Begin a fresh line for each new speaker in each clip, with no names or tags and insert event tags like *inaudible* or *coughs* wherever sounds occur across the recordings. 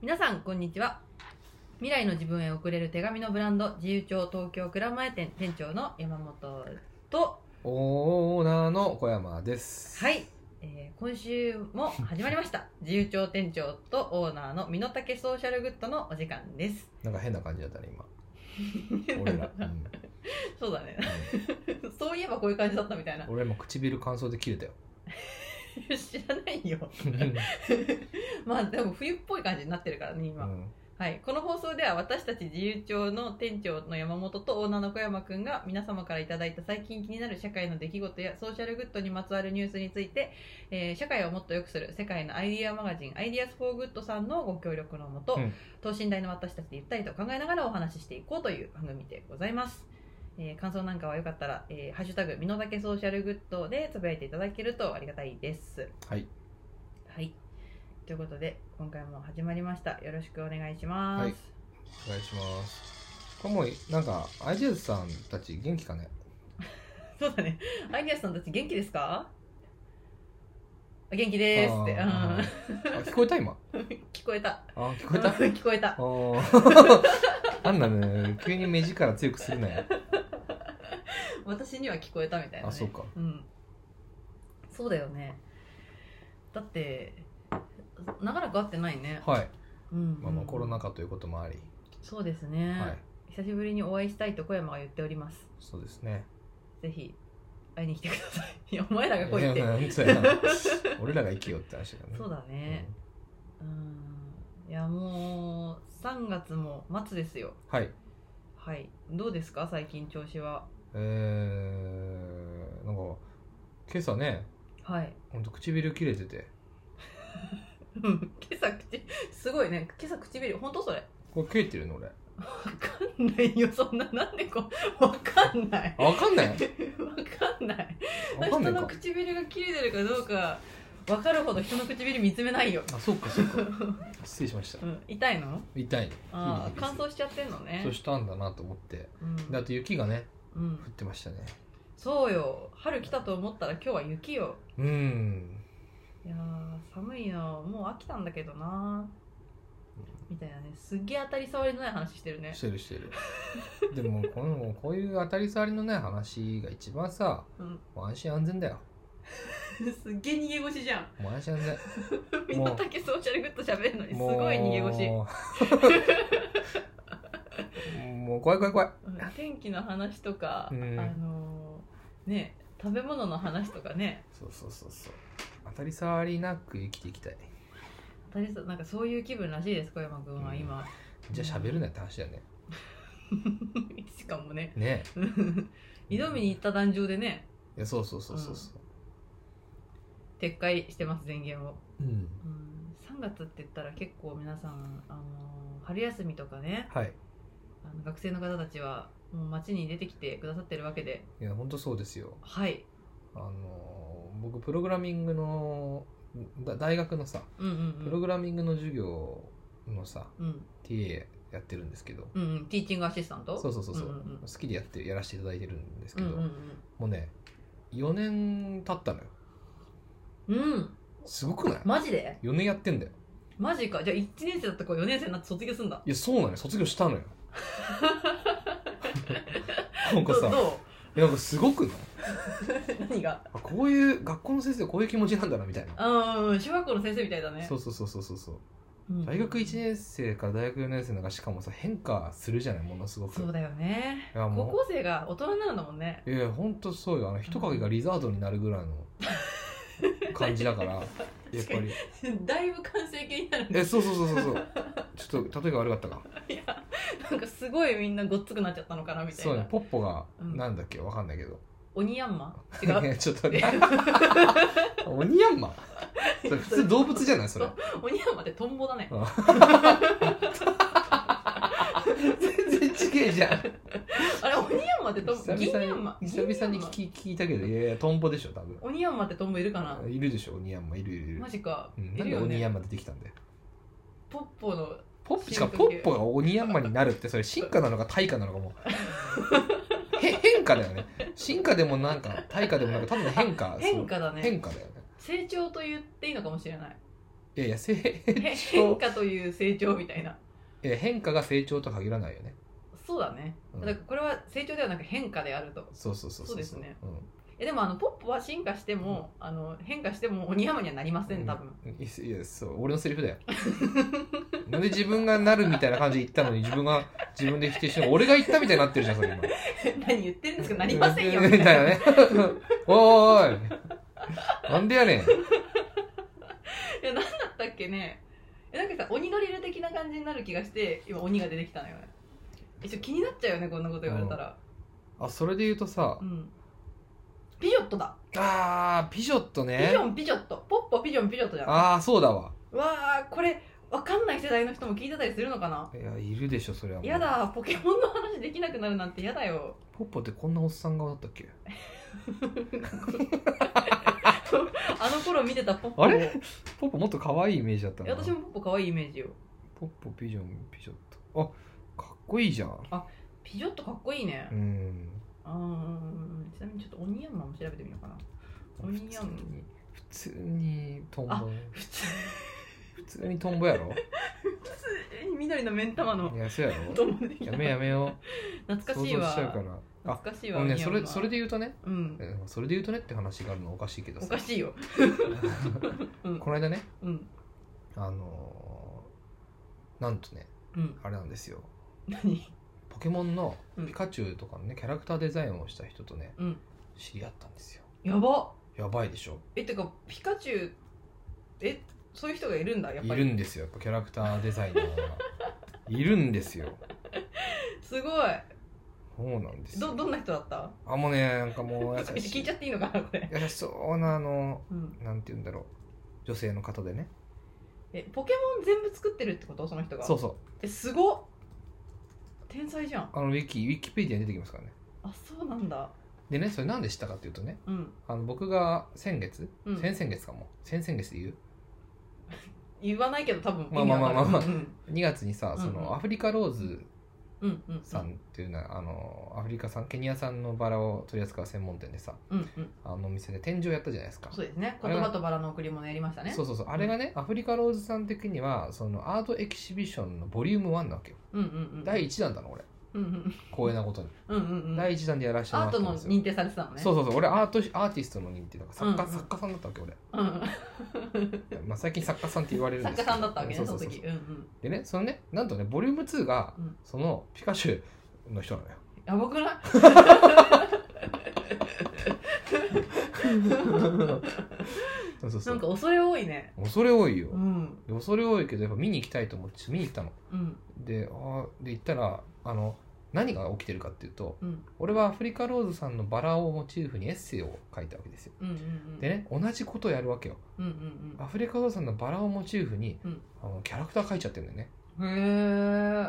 皆さんこんにちは未来の自分へ送れる手紙のブランド自由帳東京蔵前店店長の山本と
オーナーの小山です。
はい、えー今週も始まりました自由帳店長とオーナーの身の丈ソーシャルグッドのお時間です
なんか変な感じだったね、今。俺
*laughs*
ら。うん
そうだねそういえばこういう感じだったみたいな
俺も唇乾燥で切れたよ。
知らないよ *laughs*
うん
まあでも冬っぽい感じになってるからね今、はい、この放送では私たち自由帳の店長の山本とオーナーの小山くんが皆様からいただいた最近気になる社会の出来事やソーシャルグッドにまつわるニュースについて、えー社会をもっと良くする世界のアイディアマガジン「アイディアス・フォー・グッド」さんのご協力のもと、
うん
等身大の私たちでゆったりと考えながらお話ししていこうという番組でございます。えー感想なんかはよかったら、えーハッシュタグ、身の丈ソーシャルグッドでつぶやいていただけるとありがたいです。
はい。
はい。ということで、今回も始まりました。よろしくお願いします。
はいお願いします。これもうなんか、アイジェルさんたち元気かね
そうだね。アイディアスさんたち元気ですかあ元気ですって。うん
あーあ聞こえた今。
聞こえた。
あー、聞
*laughs*
こえた
うん聞こえた。
あー *laughs* あんなね、急に目力強くするなよ。
私には聞こえたみたいな、ね。
あ、そうか。
うん。そうだよね。だって、長らく会ってないね。
はい。
うん、
まあまあコロナ禍ということもあり。
そうですね、
はい。
久しぶりにお会いしたいと小山が言っております。
そうですね。
ぜひ、会いに来てください。い *laughs* や、お前らが来
い
い
や
っ
い
て
や。本当や
*laughs*
な俺らが生きようって話だね。
そうだ
うん
ね。うん。いや、もう、3月も末ですよ。
はい。
はい、どうですか最近調子は。
えー、なんか今朝ね
はい。 *laughs*
ほんと唇切れてて
今朝口、すごいね。今朝唇、本当それ。わ
これ切れてるの俺
かんないよ、そんな、なんでこう、わかんない。
あわかんない
わかんない。
わかん
人
ない
の
か
唇が切れてるかどうか、わかるほど人の唇見つめないよ。
あそうかそうか *laughs* 失礼しました
うん、痛いの
痛い
ああ、
切れ
乾
てる
燥しちゃってんのね
そう。したんだなと思って
うん
であと雪がね
うん
降ってましたね
そうよ。春来たと思ったら今日は雪よ。
うーん
いやー寒いよ。もう飽きたんだけどな。みたいなね。すっげえ当たり障りのない話してるね
し。てるしてるでもこのこういう当たり障りのない話が一番さ
うん。
もう安心安全だよ
*laughs* すっげえ逃げ腰じゃん。
もう安心安全
みんなだけソーシャルグッド喋るのにすごい逃げ腰。
もう *laughs* もう怖い怖い怖い
うん天気の話とか、
うん
あのーね、食べ物の話とかね。
そうそうそうそう当たり障りなく生きていきたい
とりあえずなんかそういう気分らしいです、小山くんは今。 *laughs*
じゃあ喋るなって話だよね
しかもね。 *laughs*
ね
挑みに行った壇上でね、
えいやそうそうそうそうそ
撤回してます、前言を。
う、うん
うん、3月って言ったら結構皆さん、あのー春休みとかね、
はい
あの学生の方たちは、もう街に出てきてくださってるわけで、
いや本当そうですよ
はい。
あのー僕プログラミングのだ大学のさ
うんうん
プ
う
ロ
ん。
グラミングの授業のさ、
うん、
TA やってるんですけど
うんうん、ティーチングアシスタント
そうそうそうそう,、
んんん
好きでやってやらせていただいてるんですけ
うん
ど、
うん
もうね4年経ったのよ
うん、うん、
すごくない
マジで
4年やってんだよ
マジかじゃあ1年生だった子4年生になって卒業すんだ
いやそうなのよ卒業した
*laughs*
のよなんか
どう
さ *laughs*
ど
えなんかすごくないう
何が
あこういう学校の先生こういう気持ちなんだなみたいな、
うん小学校の先生みたいだね
そうそうそうそうそうそう
うん
大学1年生から大学4年生なんかしかもさ変化するじゃないものすごく
そうだよね
いや
高
も
校生が大人になるんだもん
*laughs*
ね
ういやほんとそうよあの人影がリザードになるぐらいの
*laughs*
感じだからやっぱ
確か
り
だいぶ完成形になるね
えそうそうそうそうそうちょっと例えが悪かったか
いや *laughs* なんかすごいみんなごっつくなっちゃったのかなみたい
そう
な、
ねポッポが
うん
なんだっけわかんないけど、
鬼ヤン
*laughs*
マ違う
ねちょっとね鬼ヤンマそれ普通動物じゃないそれ
*laughs* 鬼ヤンマってトンボだ
*laughs*
ね
全然ちげえじゃん
あれ鬼ヤンマってトンボ
久
銀ヤ
々
ンマ
に久々に
銀ヤン
聞き聞いたけどいやいやトンボでしょ多分
マ鬼ヤンマってトンボいるかない
るでしょ鬼山いるいるいる
マジか、
うん、
い
なん
る
で
よ
鬼
ね
山出てきたんだよ
ポッポの
ポップ
進
しか
化
も
系
ポッポが鬼山になるってそれ進化なのか対価なのかもう *laughs* へ変化だよね進化でもなん *laughs* か対価でもなんか多分変化
変化だね
変化だよね
成長と言っていいのかもしれない
いやいや *laughs* 成
変
長
化という成長みたいない
や変化が成長とは限らないよね、
そうだね、
うん
だからこれは成長ではなく変化であると
そうそうそう
そうですね、
う
えでもあのポップは進化しても、あの変化しても鬼山にはなりません多分、 *laughs*
ん、いやいやそう俺のセリフだよなんで自分がなるみたいな感じで言ったのに自分が自分で否定してる俺が言ったみたいになってるじゃんそれ今
何言ってるんですかなりませんよみたい
*laughs* だ
な
よねおーいなんでやねん
いや何だったっけねえなんかさ鬼ドリル的な感じになる気がして今鬼が出てきたのよねえちょ気になっちゃうよねこんなこと言われたら
あそれで言うとさ
うん、ピジョットだ
あーピジョット
ピジ
ね
ョンピジョットポッポピジョンピジョットじゃんわ
ああそうだわ
あこれわかんない世代の人も聞いてたりするのかない
やいるでしょそれはもう
やだポケモンの話できなくなるなんてやだよ
ポッポってこんなおっさん顔だったっけ
あの頃見てたポッポ
あれポッポもっと可愛いイメージだった
い
な
や私もポッポ可愛いイメージよ
ポッポピジョンピジョットあかっこいいじゃん
ピジョットかっこいいね
うん
うんちなみにちょっと鬼山も調べてみようかな
普
鬼
通
山
に普通にトンボ
あ普通 *laughs*
普通にトンボやろ
に緑の目ん玉の
いやそうや
*laughs* と
ろ
思ってきた
やめやめよ
懐か
想像
しいわ
しちゃうからあ
懐かしい
で
わ
もね
鬼
そ
山
れそれで言うとね
うん
えそれで言うとねって話があるのおかしいけど
お
さ
かしいようん
この間ね
うん
あのーなんとね
うん
あれなんですよ
何
ポケモンの
うん
ピカチュウとかのねキャラクターデザインをした人とね、
うん
知り合ったんですよ
やば
やばいでしょ
えてかピカチュウえそういう人がいるんだやっ
い
ぱ
る
り
んですよやっぱキャラクターデザ
*laughs*
イナーがいるんですよ
すごい
そうなんです
ど
よ
どんな人だった
あもうねなん
*laughs*
かもう
ちょっと
優し
聞い
い
ちゃっていいのかなこれ
優しそうなあの
うん
なんて言うんだろう女性の方でね
えポケモン全部作ってるってことその人が
そうそう
えすごっ天才じゃん
あのウィキウィキペディアに出てきますからね
あそうなんだ
でねそれなんで知ったかっていうとね
うん
あの僕が先月、
うん
先々月かも先々月で言う
言わないけど多分
まあまあまあまあま
意味わ
あ
かるうん
2月にさ、そ
うんうん
のアフリカローズ
うんうん
さんっていうのはあのアフリカ産ケニア産のバラを取り扱う専門店でさ
うんうん
あのお店で天井やったじゃないですか
そうですね
あれ
言
は
葉とバラの贈り物やりましたね
そうそうそうあれがね、アフリカローズさん的にはそのアートエキシビションのボリューム1なわけよ、
うんうんうん
第1弾だな俺
うんうん
光栄なことに、
うんうんうん
第1弾でやらせても
ア
ら
ー
っ
ト
たんで
の
すよ
認定されてたのね
そうそうそう俺アートアーティストの認定だから作家,、
うんうん
作家さんだったわけ俺、
うんうん
いやまあ、最近作家さんって言われ
*laughs*
るん
作
です
家
けど
さんだったわけ
そ
ね
う
そ
そう
の
そう
時うんうん
でねそのねなんとねボリューム2が、
うん
そのピカチュウの人
*laughs*
なのよ
やばくない
そうそうそ
なん
う
か恐れ多いね
恐れ多いよ、
うん
で恐れ多いけどやっぱ見に行きたいと思って見に行ったの
うん
であーで行ったらあの何が起きてるかっていうと
うん
俺はアフリカローズさんのバラをモチーフにエッセイを書いたわけですよ
うんうんうん
でね同じことをやるわけよ
うんうん
アフリカローズさんのバラをモチーフに、
うん
あのキャラクター書いちゃってるんだよね
うん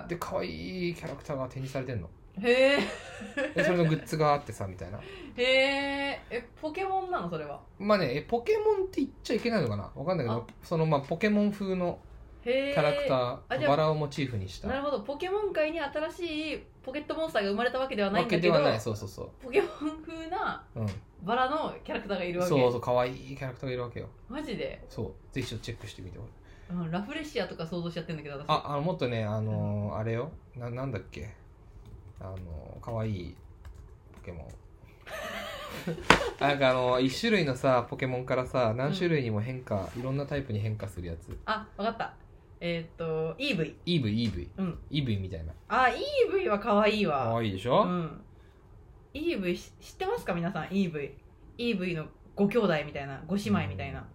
へ
で可愛いキャラクターが展示されてんの
えへ
でそれのグッズがあってさみたいな
えへええポケモンなのそれは
まあねえポケモンって言っちゃいけないのかなわかんないけどそのまあポケモン風のキ
へえ
ャラクタ
あ
ー、
じゃあ
バラをモチーフにした
なる
わ
ほどポケモン界に新しいポケットモンスターが生まれたわけではないん
け
だ
で
けど
はないそうそうそ
ポケモン風な
う、うん、
バラのキャラクターがいるわけ
そうそう可愛いキャラクターがいるわけよ
マジで、
そうぜひちょっとチェックしてみてほしい
うん、ラフレシアとか想像しちゃってるんだけど私
ああのもっとねあのーあれよななんだっけあのー、かわいいポ
*laughs*
ケモンなんかあのー、1種類のさポケモンからさ何種類にも変化、いろんなタイプに変化するやつ
あわかったえーっ、と EV
イーブイイーブイ
うん
イーブイみたいな
あ EV は可愛い
か
わ
わいいでしょ、
うん、EV し知ってますか皆さん EVEV のご兄弟みたいなご姉妹みたいな、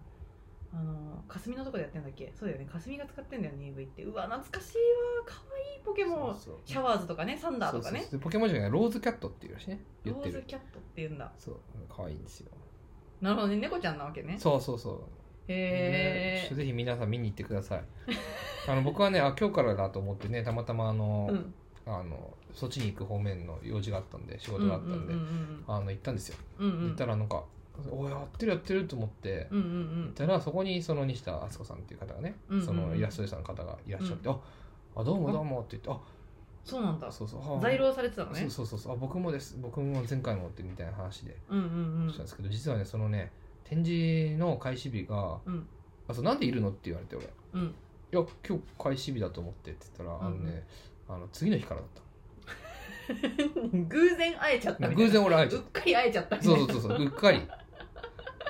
あの霞のとこでやってんだっけそうだよね霞が使ってんだよね EV ってうわ懐かしいわ可愛いポケモン
そうそう
シャワーズとかねサンダーとかね
そうそうそうポケモンじゃないローズキャットっていうらしいね言って
ローズ
る
キャットって言うんだ
そう可愛いんですよ
なるほどね猫ちゃんなわけね
そうそうそうね
へ
ちょっとぜひ皆さん見に行ってくだ
*laughs*
さいあの僕はねあ今日からだと思ってねたまたまあの
え、うん
あのそっちに行く方面の用事があったんで仕事があったんで、
うんうん
あの行ったんですよ、
うんうんうん
行ったらなんか「おいやってるやってる」と思って、
うんうんう
行っ
ん
たらそこにその西田敦子さんっていう方がね、
うんうんうん
そのイラストレーターの方がいらっしゃって「ああどうもどうも」って言って「あ
そうなんだ
そうそうあ
在労されてたのね
そうそうそうそうあ僕もです僕も前回も」ってみたいな話で
うんうんう
したん
ん
ですけど、実はねそのね展示の開始日が
うん
あそうなんでいるの?」って言われて俺「い
うん
や今日開始日だと思って」って言ったら「あのね、あの次の日からだっ
偶然会えちゃったた」みたい
偶
な
然俺会えちゃ
う
っ
っかり会えちゃった
た
みたい
そう
な
そうそうそううっかりだか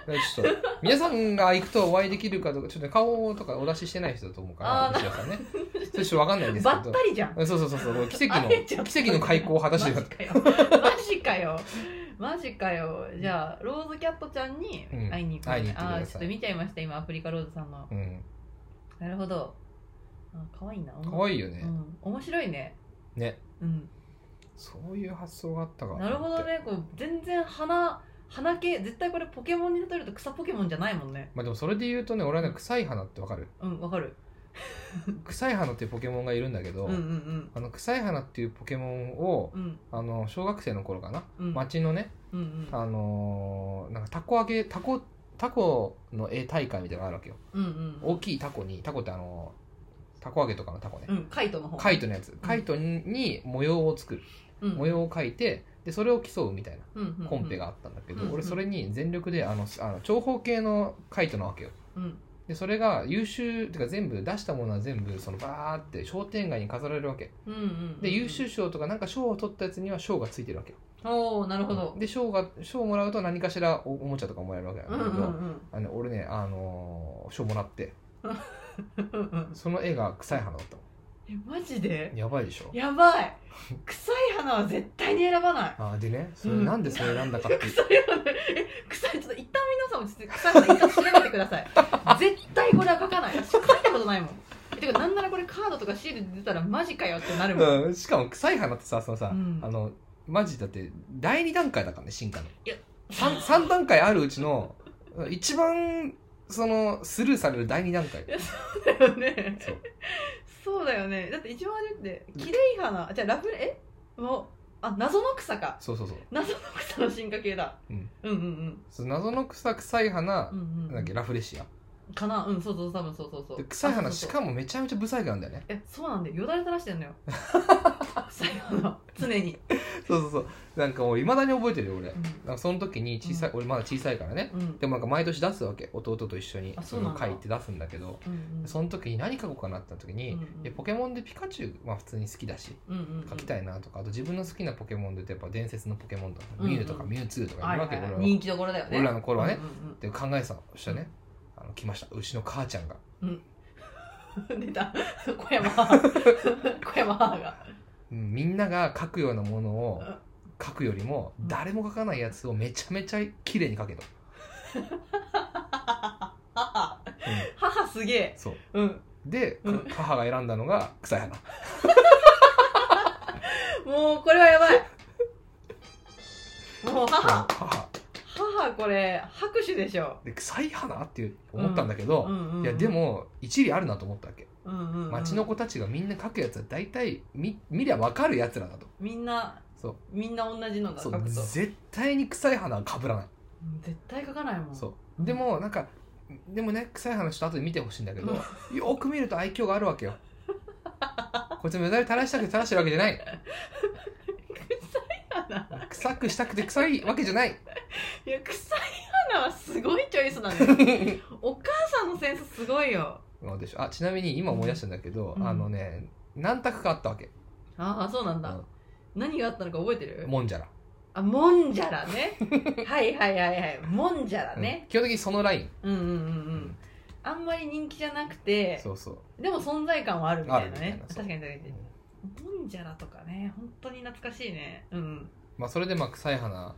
らちょっと皆さんが行くとお会いできるかとかちょっとね顔とかお出ししてない人だと思うから
あー
西田さんねそれちょっと分かんないんですけ
ばった
ど
りじゃん
そうそうそうそうこれ奇跡の
会えちゃった
奇跡の開口を果たして
マ
る
ジかよマジかよマジかよじゃあローズキャットちゃんに会いに行く、
うん会いに行ってくだ
あ
さ
あ
い
ーちょっと見ちゃいました今アフリカローズさんの
うん
なるほどあ可愛いな
可
い
愛いよね、
うん、面白いね
ね
うん
そういう発想があったか
なるほどねこう全然花花系絶対これポケモンに例えると草ポケモンじゃないもんね
まあでもそれで言うとね俺はね臭い花ってわかる
うんわかる
臭い花っていうポケモンがいるんだけど、
うんうん
あの臭い花っていうポケモンを
うんうん
あの小学生の頃かな
うん
町のね、
うんうん
あのーなんかタコ揚げタコタコの絵大会みたいなのがあるわけよ
うんうん
大きいタコにタコってあのータコ揚げとかのタコね、
うんカイトの方
カイトのやつカイトに模様を作る、
うん
模様を描いてでそれを競うみたい
うんうんう
なんコンペがあったんだけど、
うんうん
俺それに全力であのあの長方形のカイトなわけよ
うん
でそれが優秀てか全部出したものは全部そのバーって商店街に飾られるわけ
うんうんうん
で優秀賞とかなんか賞を取ったやつには賞がついてるわけよ
おおなるほど
で賞が賞をもらうと何かしらおおもちゃとかもらえるわけなん
うん
だ
う
け
ん
ど、
うん
あの俺ねあのー賞もらって
うんうん
その絵が臭い花だったの
えマジで
やばいでしょ
やば
*laughs*
い臭い花は絶対に選ばない
あーでねそれ
うん
なんでそれ選んだかって、
臭い花え臭いちょっと一旦皆さんもちょっと臭い花一旦調べてくださ
*laughs*
い絶対これは書かない私書いたことないもんえてかなんならこれカードとかシールで出たらマジかよってなるもん、い *laughs*
うん、しかも臭い花ってさそのさ、
うん
あのマジだって第2段階だからね進化の
や
3, 三段階あるうちの一番そのスルーされる第2段階
だよね
そう
そうだよねだって一番初めて綺麗花あじゃあラフレえもうあ謎の草か
そうそうそう
謎の草の進化系だ、
うん
うんうん
その謎の草臭い花、
うんうんうん
なんだっけラフレシア
かなうんそうそう多分そうそうそう
で臭い
あ
花
そ
し
うそう
かもめちゃめちゃブサイクなんだよね
えそうなんだよよだれ垂らして
*laughs*
んのよ臭い花常に、
そうそうそうなんかもういまだに覚えてるよ俺
うん
なんかその時に小さい、
う
俺まだ小さいからね
うん
でもなんか毎年出すわけ弟と一緒に
あ
そ
そうなん
の
だ
書いて出すんだけど
うんうん
その時に何書こうかなってなった時に、
うんうん
でポケモンでピカチュウは普通に好きだし
うんうんうん
書きたいなとかあと自分の好きなポケモンで言うとやっぱ伝説のポケモンとか、
うんうん
ミュウとかミュウツーとか
はいい
る
は
わけ
い
よ、
はい、
俺は
人気どころだよね
俺らの頃はね
うん
で考えてたのそしたらね、あの来ましたうちの母ちゃんが
うんうん *laughs* 出た小
*laughs*
山母小山母が
うんみんなが書くようなものを
うん
書くよりも
うん
誰も書かないやつをめちゃめちゃ綺麗に書けと、
母
うん
母すげえ
そ
う
う
ん
で、
うん
母が選んだのが草花
もうこれはや
*laughs*
ばいもう母
母
母これ拍手でしょ
で臭い花って思ったんだけど、
うんうんうん
いやでも一理あるなと思ったわけ
うんうんうん
町の子たちがみんな書くやつは大体見見りゃ分かるやつらだと
みんな
そう
みんな同じのが
そ
書
う
くと
絶対に臭い花はかぶらない、
うん絶対書かないもん
そうでもなんかでもね臭い花ちょっと後で見てほしいんだけ
*laughs*
ど、よーく見ると愛嬌があるわけよこいつメダル垂らしたくて垂らしてるわけじゃない臭くしたくて臭いわけじゃない
いや臭い花はすごいチョイスだね
*laughs*
お母さんのセンスすごいよ
そうでしょあちなみに今思い出したんだけど、
うん
あのね何択かあったわけ
ああそうなんだ、
うん
何があったのか覚えてる
もんじゃら、
あもんじゃら
*laughs*
ねはいはいはいはいもんじゃら
う
ね
ん、基本的にそのライン、
うんうんうんうんあんまり人気じゃなくて
そうそう
でも存在感はあるみたいな
あるみ
ね
たいなそう
確かに確かにもんじゃらとかね本当に懐かしいねうん
まあ、それでまあ臭い花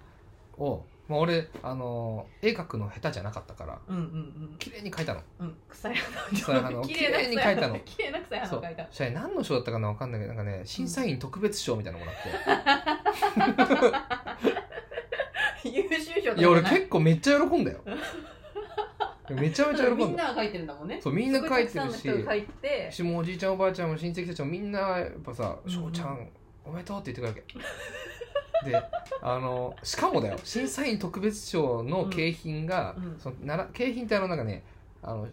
を、まあ、俺、あのー絵描くの下手じゃなかったから
うんうん
綺麗に描いたの
うんうん臭い
臭い花
花
を
を
綺麗に描いたの
綺麗な臭い花を描いた
そしたら何の賞だったかな分かんないけどなんかね審査員特別賞みたいなのもらっ
*laughs*
て、
優秀賞とか
い
じ
や
ゃ
俺
ない
結構めっちゃ喜んだよめちゃめちゃ喜
み
ん
ん
だ
なが描いてるんだもんね
そうみんな書い
す
てる
ごいたくさんの人が
し
書いて
しもおじいちゃんおばあちゃんも親戚たちもみんなやっぱさ「
うん
翔、ちゃんおめでとう」って言ってくるわけであのしかもだよ審査員特別賞の景品が、
うんうん
そのなら景品ってあのなんかねあの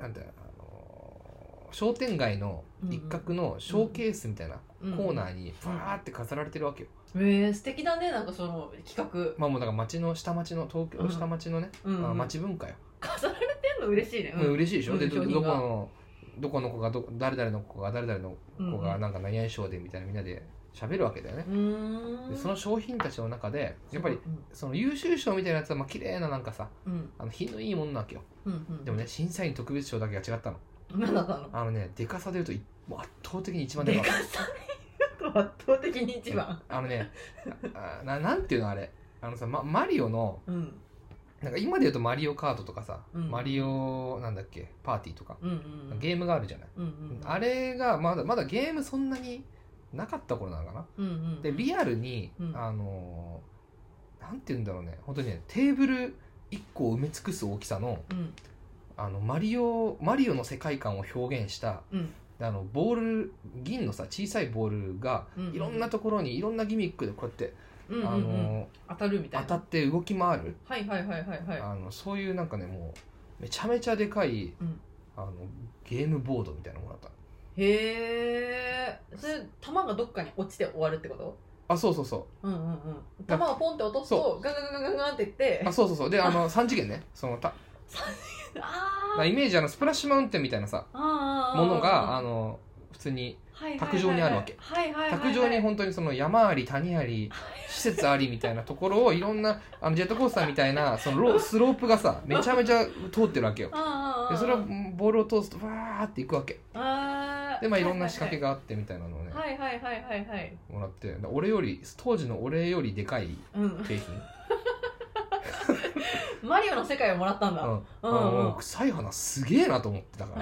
なんてあの商店街の一角のショーケースみたいなコーナーにバーって飾られてるわけよ、
えー、素敵だねなんかその企画
まあもうだから町の下町の東
う
京
ん
下町のね、
うんうん
あの町文化よ
飾られってんの嬉しいね。
うん、嬉しいでしょ、
うん
で
商品
どどこ
が
のどこの子がど誰々の子が誰々の
うん。
子がなんか何々賞でみたいなみんなで喋るわけだよね
う、ーん。
でその商品たちの中でやっぱりその優秀賞みたいなやつはまあ綺麗ななんかさ
うん、うん。
あの品のいいものなわけよ
うん。うん。
でもね審査員特別賞だけが違ったの
うん。何だったの
あのねでかさでいうといもう圧倒的に一番で
で
か
か
かっ
さで言うと圧倒的に一番。
たあのねあななんていうのあれあのさ、ま、マリオの
うん。
なんか今で言うとマリオカートとかさ、
うん
マリオなんだっけパーティーとか
うんうん。
ゲームがあるじゃない
うんうん。
あ
れ
れがまだまだゲームそんなになかった頃なのかな
うんうん。
でリアルに、
うん
あのーなんて言うんだろうね本当にねテーブル1個を埋め尽くす大きさの
うん。
あのマリオマリオの世界観を表現した
うん。
であのボール銀のさ小さいボールが
うん
いろんなところにいろんなギミックでこうやって、
うんうんうん
あのー
当たるみたい
当
な。
たって動き回る、
はいはいはいはいはい。
あのそういうなんかねもうめちゃめちゃでかい、
うん
あのゲームボードみたいなのもらった
へえ。それ弾がどっかに落ちて終わるってこと？
あそうそうそう
うんうんうん。弾をポンって落とす
そ
とガンガンガンガンガンっていって
あ、そうそうそうであの3次元ねそのた
あ
まあイメージあのスプラッシュマウンテンみたいなさ
あー
ものがあの普通に
はいはいはいはい
卓上にあるわけ
はいはいはいはい
卓上に本当にその山あり谷あ
*laughs*
り施設ありみたいなところをいろんなあのジェットコースターみたいなそのロースロープがさめちゃ
*laughs*
めちゃ通ってるわけよ
あーあーあー
でそれをボールを通すとわーっていくわけ
あー
でまあいろんな仕掛けがあってみたいなのをね
はいはいはいはいはい
もらってで俺より当時の俺よりでかい
うん
景品
マリオの世界をもらったんだ
う
うんう
ん
ん
あの臭い花すげえなと思ってたか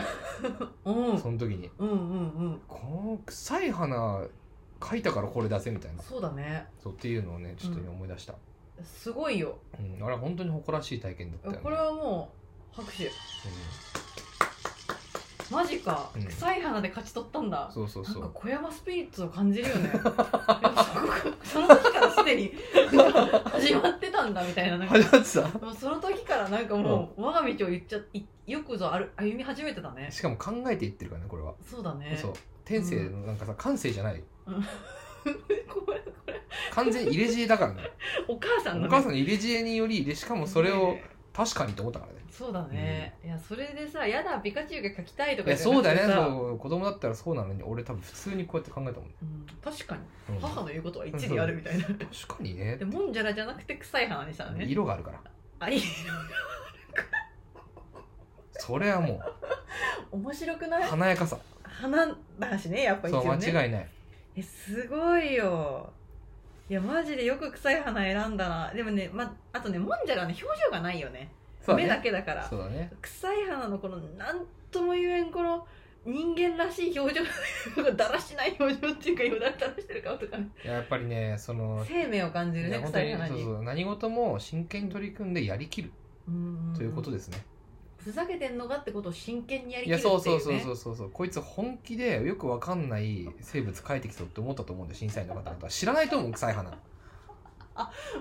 うんう
ら
ん
その時に
うんうん
この臭い花描いたからこれ出せみたいな
そうだね
そうっていうのをねちょっとね思い出した、
すごいよ
うんあれは本当に誇らしい体験だったよね
これはもう拍手マジか
うん
臭い花で勝ち取ったん
うん
だ
そうそう
なん
そ
か
う
小山スピリッツを感じるよ
*laughs*
ねやっぱそこその時からすでに *laughs* なんか始まってたんだみ
*laughs*
たいななんか
始まって
もうその時からなんかもう我が道を言っちゃいよくぞ歩歩み始めてたね
たしかも考えていってるからねこれは、
そうだね
そう天性のなんかさ感性じゃない
*laughs* これこれ
完全に入れ知恵だか
*laughs*
らね
お母さんのね、
お母さんの入れ知恵によりでしかもそれを
ね
確かにと思ったからね
そうだね、いやそれでさ「やだピカチュウが描きたい」と
い
か
や
じゃな
そう
く
だ
て
ね
さ
そう子供だったらそうなのに俺多分普通にこうやって考えたもんね、
うん確かに
うん
母の言うことは一理あるみたいな
確かにね
でもんじゃらじゃなくて臭い花にしたのね
色があるから
あいい
それはも
面白く
う
ない
華や
*laughs*
かさ
花だしねやっぱ一
そう
応ね
間違いない
えすごいよいやマジでよく臭い花選んだなでもね、まあとねもんじゃらね表情がないよね
そうだ
目だ
ね
けだから
そうだね
臭い花のこのなんとも言えんこの人間らしい表情 *laughs* だらしない表情っていうかよだれ垂らしてる顔とか
*laughs*
ね
いややっぱりねその
生命を感じる
い
ね
や本当
臭い
に
花
そう
に
そう何事も真剣に取り組んでやりきる
うん
ということですね、
ふざけてんのかってことを真剣にやりき
い
る
や
っていう、ね、
そうそうそうそうそうそうこいつ本気でよくわかんない生物描いてきそうって思ったと思うんで審査員の方々は知らないと思う臭い花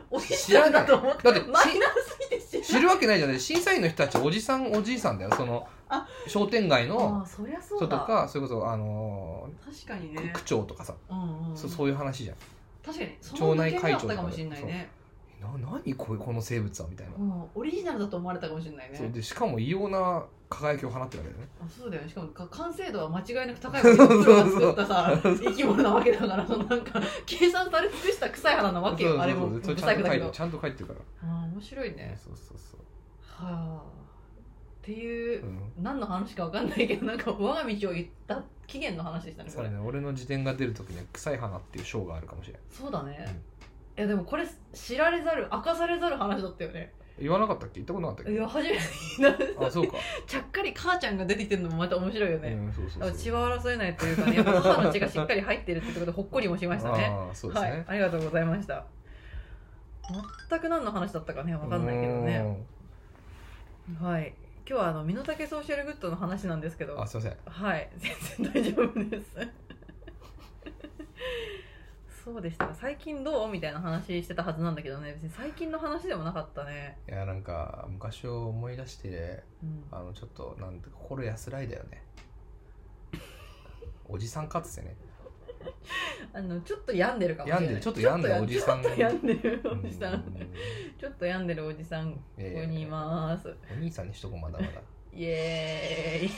おじさんだと思って
知らないだって
マイナスすぎて知
知
らない
るわけないじゃない審査員の人たちおじさんおじいさんだよその
あ
商店街
あ
の
あそりゃそ
人
う
と
だ
かそれこそあの
確かに
ー
ね
区、長とかさ、
うんうん、
そそういう話じゃん
確かにその
町内
内
会
会
長
長
とか
だ
で
ったかもしれないね
な何これこの生物はみたいな、
うんオリジナルだと思われたかもしれないね
そうでしかも異様な輝きを放ってるわけだよね
あそうだよねしかもか完成度は間違いなく高いわけでプロが作ったさ生き物なわけだからそのなんか計算され尽くした臭い花なわけ
そう
よ
そう
あれも
そうそ
不
れちゃ
細
ん
工
と
だ
書
け
いて
ど
ちゃんと書いてるから、
あー面白いね
そうそうそう
はあっていう
う、ん
何の話かわかんないけどなんか我が道を言った起源の話でしたね
そ
こ
れ
れ
ね俺の辞典が出るときには「臭い花」っていう章があるかもしれない
そうだね、いやでもこれ知られざる明かされざる話だったよね
言わなかったっけ言ったことなかったっ
い
け
や初めてなんか
あそうか、
ちゃっかり母ちゃんが出てきてるのもまた面白いよ *laughs* ね、
うんそうそう
あ
そう
血は争えないというかねやっぱ母の血がしっかり入ってるってことでほっこりもしましたね
ああそうですね、
はい、ありがとうございました全く何の話だったかねわかんないけどねはい今日はあの身の丈ソーシャルグッドの話なんですけ
うー
ど
んあすいません
はい *laughs* 全然大丈夫ですそうでした最近どうみたいな話してたはずなんだけどね別に最近の話でもなかったね、
いやなんか昔を思い出して
うん、
あのちょっ
*laughs*
となんて心安らいだよねおじさんかっつってね
あのちょっと病んでるかもしれな
病
い
んでるちょっと病んでるおじさん
ちょっと病んでる
うん
おじさん、ちょっと病んでるおじさんこ
いやいや
こにいます、
お兄さんにしとこうまだまだ
イエーイ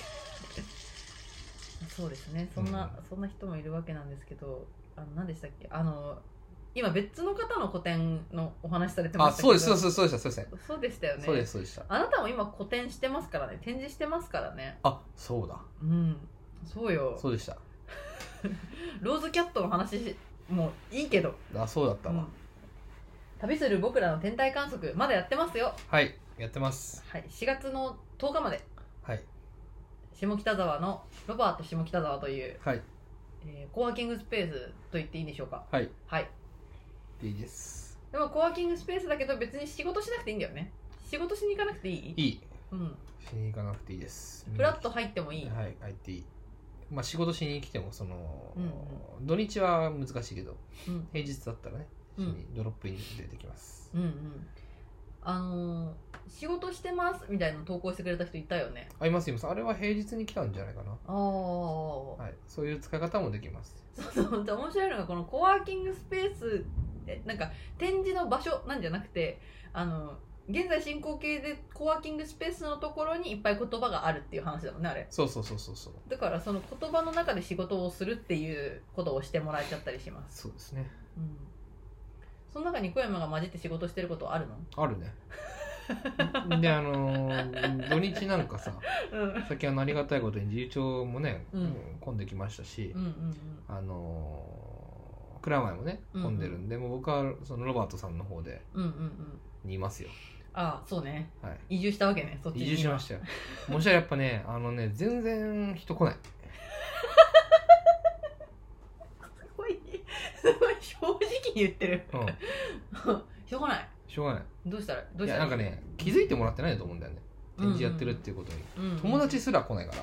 *laughs* そうですねそんな、そんな人もいるわけなんですけどあの何でしたっけあの今別の方の個展のお話されてま
あ
したけ
そ
ど
うですそうですそうでしたそうです
すそうでしたよね
そうですそうでした
あなたも今個展してますからね展示してますからね
あそうだ
うんそうよ
そうでした
ローズキャットの話もいいけど、
あそうだった
う
わ
ん旅する僕らの天体観測まだやってますよ
はいやってます
はい4月の10日まで
はい
下北沢のロバート下北沢という
はい
えーコワーキングスペースと言っていいんでしょうか
はい
はい
でいいです
でもコワーキングスペースだけど別に仕事しなくていいんだよね仕事しに行かなくていい
いい
うん
しに行かなくていいです
フラッと入ってもいい、
はい入っていいまあ仕事しに来てもその、
うん
土日は難しいけど
うん、
平日だったらね、
うん
しにドロップインで出てきます
うんうんあのー仕事してますみたいなの投稿してくれた人いたよね
あいますいますあれは平日に来たんじゃないかな
ああ、
はいそういう使い方もできます
そうそうで面白いのがこのコワーキングスペースえなんか展示の場所なんじゃなくてあの現在進行形でコワーキングスペースのところにいっぱい言葉があるっていう話だもんねあれ
そうそうそうそうそう
だからその言葉の中で仕事をするっていうことをしてもらえちゃったりします、
そうですね
うん、その中に小山が混じって仕事してることあるの
あるね *laughs* であのー土日なんかさ
うん
最近はありがたいことに自由帳もね、
うん
混んできましたし、
うん
あのー蔵前もね混んでるんで、もう僕はそのロバートさんの方で
うんうんうんうん
にいますよ
ああそうね
はい
移住したわけねそっちに
移住し
*laughs*
ましたよもしやっぱねあのね全然人来ない
すごいすごい正直に言ってる *laughs*
うん
しょうがない
しょうがない
どうしたらどう
い
した
や
ら
なんかね気づいてもらってないと思うんだよね展示やってるっていうことに、
うんうん、
友達すら来ないから、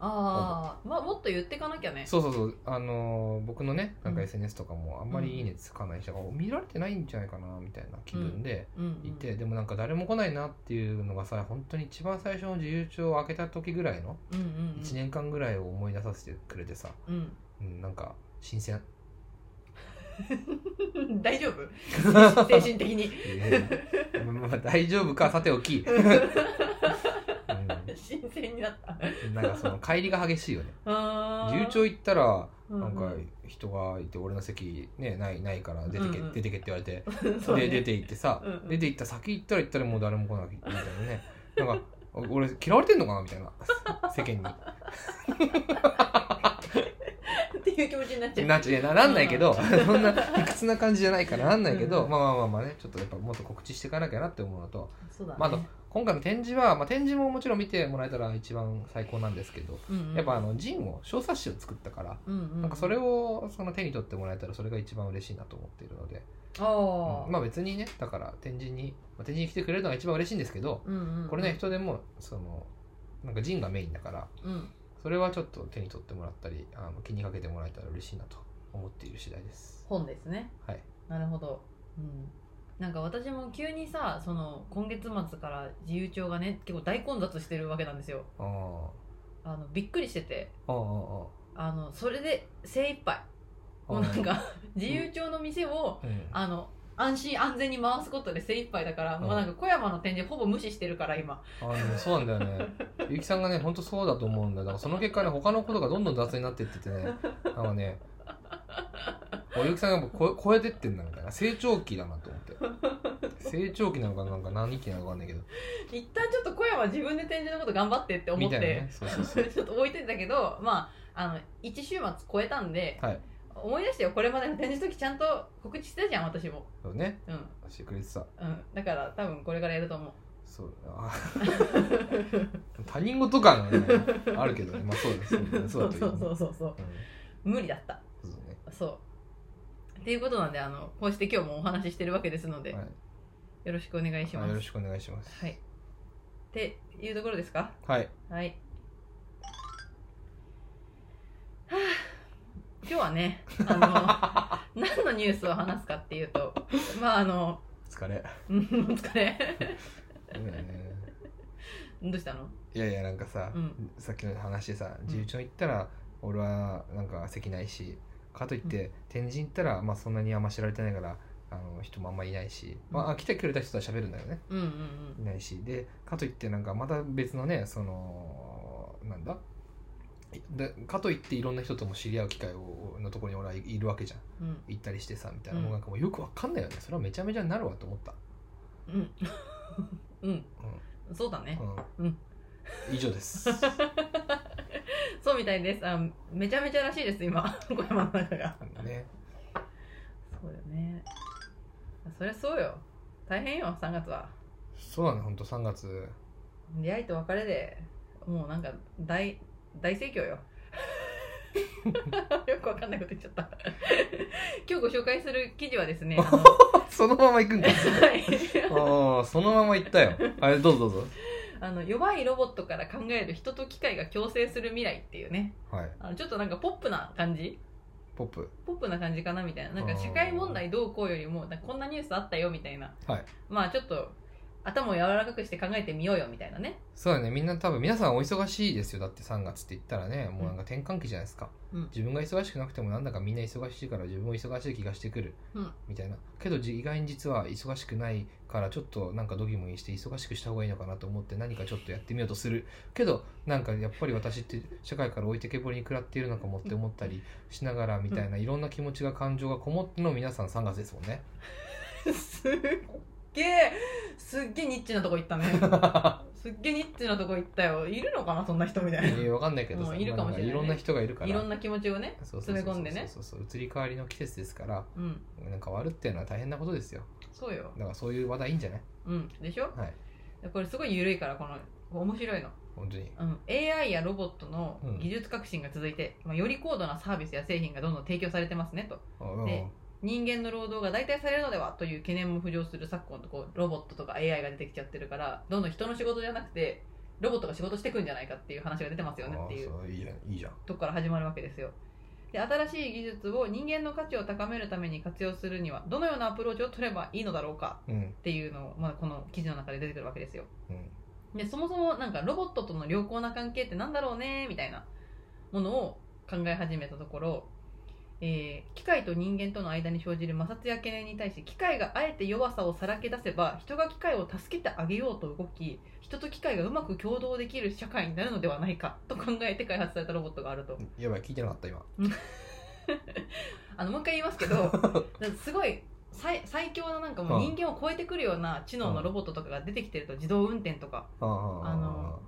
ああまあもっと言ってかなきゃね
そうそうそうあのー僕のねなんか
うん
SNS とかもあんまりいいねつかない人が見られてないんじゃないかなみたいな気分で
うんうん
いて、でもなんか誰も来ないなっていうのがさ本当に一番最初の自由帳を開けた時ぐらいの
うんうんうん
1年間ぐらいを思い出させてくれてさ、うん、なんか新鮮
うん *laughs* 大丈夫
*laughs*
精神的に *laughs*
まあ大丈夫かさておき、う
新鮮になった
ん、なんかその帰りが激しいよね
あー
自由帳行ったら
うん
なんか
うん
人がいて俺の席、ね、ないないから出てけ、
うんうん
出てけって言われて、
*laughs* そうね
で出て行ってさ、
うんうん
出て行った先行ったら行ったらもう誰も来ないみたいなねなんかお俺嫌われてんのかなみたいな世間に
っていう気持ちになっちゃう
なんちゃいやななんないけどそんないくつな感じじゃないからなんないけど、まあまあまあまあねちょっとやっぱもっと告知していかなきゃなって思うのと、
そうだね、
まあ、あと今回の展示は、まあ、展示ももちろん見てもらえたら一番最高なんですけど
うんうん
やっぱあのジンを小冊子を作ったから
うんうん、
なんかそれをその手に取ってもらえたらそれが一番嬉しいなと思っているので、
あ
うんまあ別にねだから展示に、まあ、展示に来てくれるのが一番嬉しいんですけど
あ、うんうん、
これね人でもそのなんかジンがメインだから
うん、
それはちょっと手に取ってもらったりあの気にかけてもらえたら嬉しいなと思っている次第です
本ですね
はい
なるほど、うん、なんか私も急にさその今月末から自由帳がね結構大混雑してるわけなんですよ
あー
あのびっくりしてて
あーあ
あのそれで精一杯
ーあー
もうなんか *laughs* 自由帳の店を、
うん
あの安心安全に回すことで精一杯だから、もうなんか小山の展示ほぼ無視してるから今
あのそうなんだよねゆきさんがねほんとそうだと思うんだよだからその結果ね他のことがどんどん雑になってっててねなんかねおゆきさんがやっぱ超え超えてってんだみたいな成長期だなと思って成長期なのかなんか何期なのかわかんないけど
一旦ちょっと小山自分で展示のこと頑張ってって思
み
ったて、
いなねそう
*laughs*
そうそう
ちょっと置いてたけど、まあ、あの1週末超えたんで、
はい
思い出してよこれまでの展示の時ちゃんと告知してたじゃん私も
そうね
うん、
してくれてた
うん、だから多分これからやると思う
そうあ他人事感がねあるけどねまあそうですそ
そ
うだ
う
といい
そ
ね
うそうそうそう
うん
無理だった
そうだね
そうっていうことなんであのこうして今日もお話ししてるわけですので、
はい
よろしくお願いしま
あよろ
す
しくお願いします
はいっていうところですか
はい
はいはあ今日はねあ
*laughs*
の何のニュースを話すかっていうとまああの
疲れ、
うん、お疲れ。
うん
どうしたの
いやいやなんかさ、
うん
さっきの話でさ自由帳行ったら俺はなんか席ないしかといって天神行ったら、まあ、そんなにあんま知られてないからあの人もあんまいないし、まあ、来てくれた人とは喋るんだよね
うんうん
いないしでかといってなんかまた別のねそのなんだでかといっていろんな人とも知り合う機会をのところに俺はいいるわけじゃん
うんうん
行ったりしてさみたいな
うん
もうなんかもうよくわかんないよねそれはめちゃめちゃになるわと思った、
うん、うん、そうだね、
*laughs* うん *laughs*
うん
以上です *laughs*
そうみたいですあめちゃめちゃらしいです今 *laughs* 小山の中が
ね
そうよねそりゃそうよ大変よ3月は
そうだねほんと3月 *laughs*
出会いと別れでもうなんか大大盛況よ *laughs* よくわかんないこと言っちゃった *laughs* 今日ご紹介する記事はですね *laughs* あの
そのまま行くんか
はい
ああそのまま行ったよあれどうぞどうぞ
あの弱いロボットから考える人と機械が共生する未来っていうね
はい
あのちょっとなんかポップな感じ
ポップ
ポップな感じかなみたいななん
あ
か
ー
社会問題どうこうよりもなんかこんなニュースあったよみたいな、
はい
まあちょっと頭を柔らかくして考えてみようよみたいなね、
そうだねみんな多分皆さんお忙しいですよだって3月って言ったらねもうなんか転換期じゃないですか、
うん
自分が忙しくなくてもなんだかみんな忙しいから自分も忙しい気がしてくる、
うん
みたいなけどじ意外に実は忙しくないからちょっとなんかドギモにして忙しくした方がいいのかなと思って何かちょっとやってみようとするけどなんかやっぱり私って社会から置いてけぼりに食らっているのかもって思ったりしながらみたいな、いろんな気持ちが感情がこもっての皆さん3月ですもんね
すっげえすっげえニッチなとこ行 *laughs* ったねすっげえニッチなとこ行ったよいるのかなそんな人みたい
い
な
やわかんないけど
も
さ
ういるかもしれないね
まあんろんな人がいるから
いろんな気持ちをね
そうそうそうそう
詰め込んでね
そうそうそう移り変わりの季節ですから
うん
なんか割るっていうのは大変なことですよ
そうよ
だからそういう話題いいんじゃない
うんでしょ
はい
これすごい緩いからこの面白いの、
本当に
うん、AI やロボットの
うん
技術革新が続いて、まあ、より高度なサービスや製品がどんどん提供されてますねと
うん
で人間の労働が代替されるのではという懸念も浮上する昨今こうロボットとか AI が出てきちゃってるからどんどん人の仕事じゃなくてロボットが仕事してくんじゃないかっていう話が出てますよねっていう
ああそいいじゃんいいじゃん
とこから始まるわけですよで新しい技術を人間の価値を高めるために活用するにはどのようなアプローチを取ればいいのだろうか
うん
っていうのを、まあ、この記事の中で出てくるわけですよ
うん
でそもそもなんかロボットとの良好な関係ってなんだろうねみたいなものを考え始めたところ、えー機械と人間との間に生じる摩擦や懸念に対し機械があえて弱さをさらけ出せば人が機械を助けてあげようと動き人と機械がうまく共同できる社会になるのではないかと考えて開発されたロボットがあると
やばい聞いてなかった今
あのもう一回言いますけどなんかすごい最最強のなんかもう
うん
人間を超えてくるような知能のロボットとかが出てきてると自動運転とか
あ
あの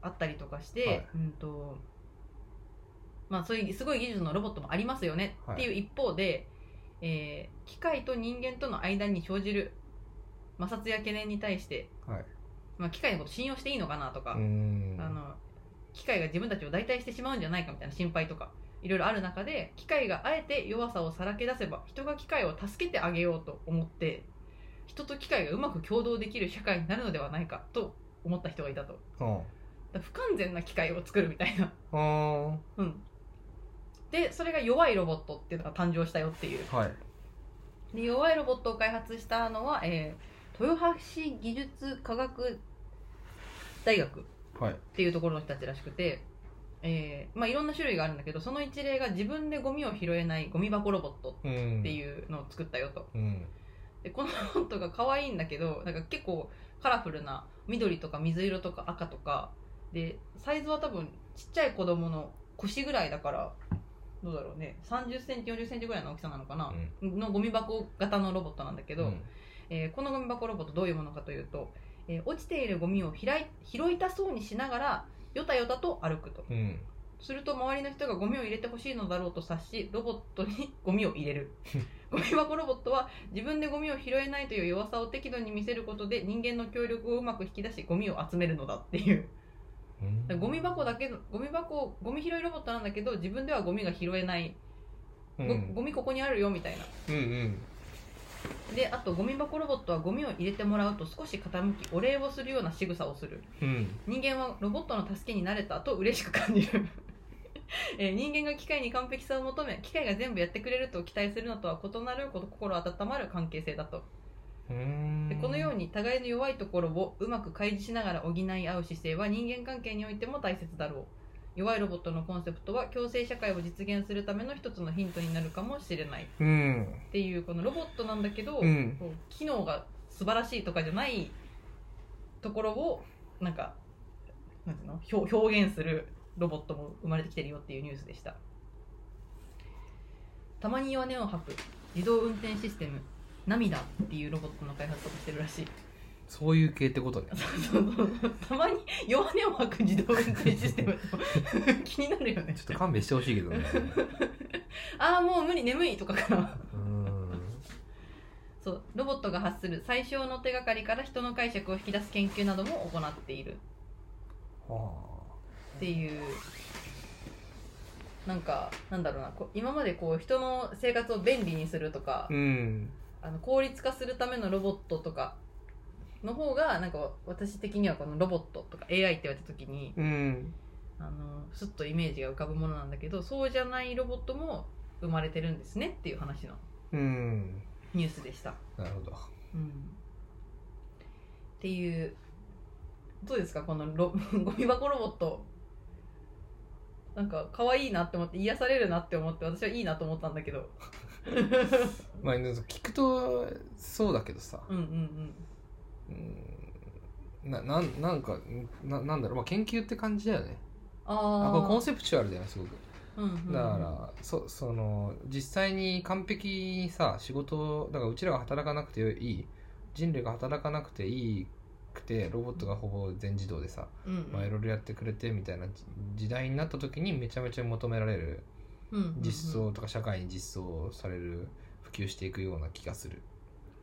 あったりとかして、
はい
うんとまあ、そういうすごい技術のロボットもありますよね
はい
っていう一方で、えー機械と人間との間に生じる摩擦や懸念に対して、
はい
まあ、機械のこと信用していいのかなとか、
うーん
あの機械が自分たちを代替してしまうんじゃないかみたいな心配とかいろいろある中で機械があえて弱さをさらけ出せば人が機械を助けてあげようと思って人と機械がうまく共同できる社会になるのではないかと思った人がいたと。
うん
だから不完全な機械を作るみたいな。 *laughs*
あー
うん。で、それが弱いロボットっていうのが誕生したよっていう。
はい
で、弱いロボットを開発したのは、えー豊橋技術科学大学っ
はい
ていうところの人たちらしくて、えーまあいろんな種類があるんだけど、その一例が自分でゴミを拾えないゴミ箱ロボット
うん
って
う
いうのを作ったよと。
うん
で、このロボットが可愛いんだけど、なんか結構カラフルな緑とか水色とか赤とか、で、サイズは多分ちっちゃい子供の腰ぐらいだから、どうだろうね、30センチ、40センチぐらいの大きさなのかな、のゴミ箱型のロボットなんだけ
け
ど、えーこのゴミ箱ロボットどういうものかというと、えー落ちているゴミを拾い拾いたそうにしながら、よたよたと歩くと。
うん
すると周りの人がゴミを入れてほしいのだろうと察しロボットに *laughs* ゴミを入れ
*laughs*
るゴミ箱ロボットは自分でゴミを拾えないという弱さを適度に見せることで人間の協力をうまく引き出しゴミを集めるのだっていう
うん
だからゴミ箱だけのゴミ箱ゴミ拾いロボットなんだけど自分ではゴミが拾えない、
う
ご
ん
ゴミここにあるよみたいな
うんうん
であとゴミ箱ロボットはゴミを入れてもらうと少し傾きお礼をするような仕草をする
うん
人間はロボットの助けになれたと嬉しく感じる、 *laughs* えー人間が機械に完璧さを求め機械が全部やってくれると期待するのとは異なること心温まる関係性だと
うーん
でこのように互いの弱いところをうまく開示しながら補い合う姿勢は人間関係においても大切だろう弱いロボットのコンセプトは共生社会を実現するための一つのヒントになるかもしれない
うん
っていうこのロボットなんだけど、
うん
こう機能が素晴らしいとかじゃないところをなんかなんていうの表表現するロボットも生まれてきてるよっていうニュースでしたたまに弱音を吐く自動運転システム涙っていうロボットの開発とかしてるらしい *laughs*
そういう系ってことね
そうそうそうたまに弱音を吐く自動運転システム *laughs* とか気になるよね
ちょっと勘弁してほしいけどね
ああもう無理眠いとかかな
うん
そうロボットが発する最小の手がかりから人の解釈を引き出す研究なども行っている
は
っていうなんかなんだろうなこう今までこう人の生活を便利にするとか
あ、うん
あの効率化するためのロボットとかの方がなんか私的にはこのロボットとか AI って言われた時に
うん
あのすっとイメージが浮かぶものなんだけどそうじゃないロボットも生まれてるんですねっていう話の
うん
ニュースでした。
なるほど
うんっていうどうですかこのロゴミ箱ロボットなんか可愛いなって思って癒されるなって思って私はいいなと思ったんだけど
まあ聞くとそうだけどさ
うんうん
うんななんなんかななんだろう、まあ、研究って感じだよね
あ
あ
あ
これコンセプチュアルだよねすごく
うんうんうん
だから、そその実際に完璧にさ仕事をだからうちらが働かなくていい人類が働かなくていいくてロボットがほぼ全自動でさ、
うんうん
まあ、いろいろやってくれてみたいなじ時代になった時にめちゃめちゃ求められる
うんうんうん
実装とか社会に実装される普及していくような気がする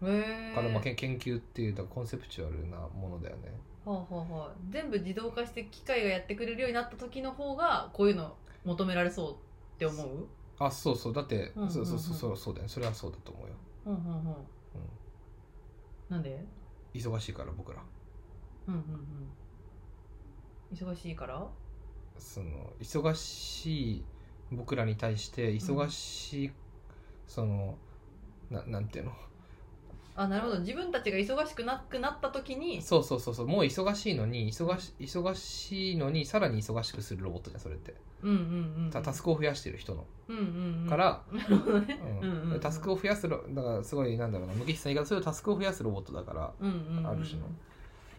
へえ
だからまあけん研究っていうだからコンセプチュアルなものだよね
はあはあはあ全部自動化して機械がやってくれるようになった時の方がこういうの求められそうって思う
あそうそうだって、
うんうんうん
そうそうそうそうそうだよねそれはそうだと思うよ、
うんうんうん
うん、
なんで
忙しいから僕ら
うんうんうん忙しいから
その忙しい僕らに対して忙しい、そのななんていうの
あなるほど自分たちが忙しくなくなった時に
そうそうそうそうもう忙しいのに忙し忙しいのにさらに忙しくするロボットじゃんそれって
うんうんうん
たタスクを増やしてる人の、
うんうんうん
から、
なるほどね
うん
うんうんうん
タスクを増やすロだからすごいなんだろうな無機質な言い方するとタスクを増やすロボットだからだか
うんうんうん
ある種の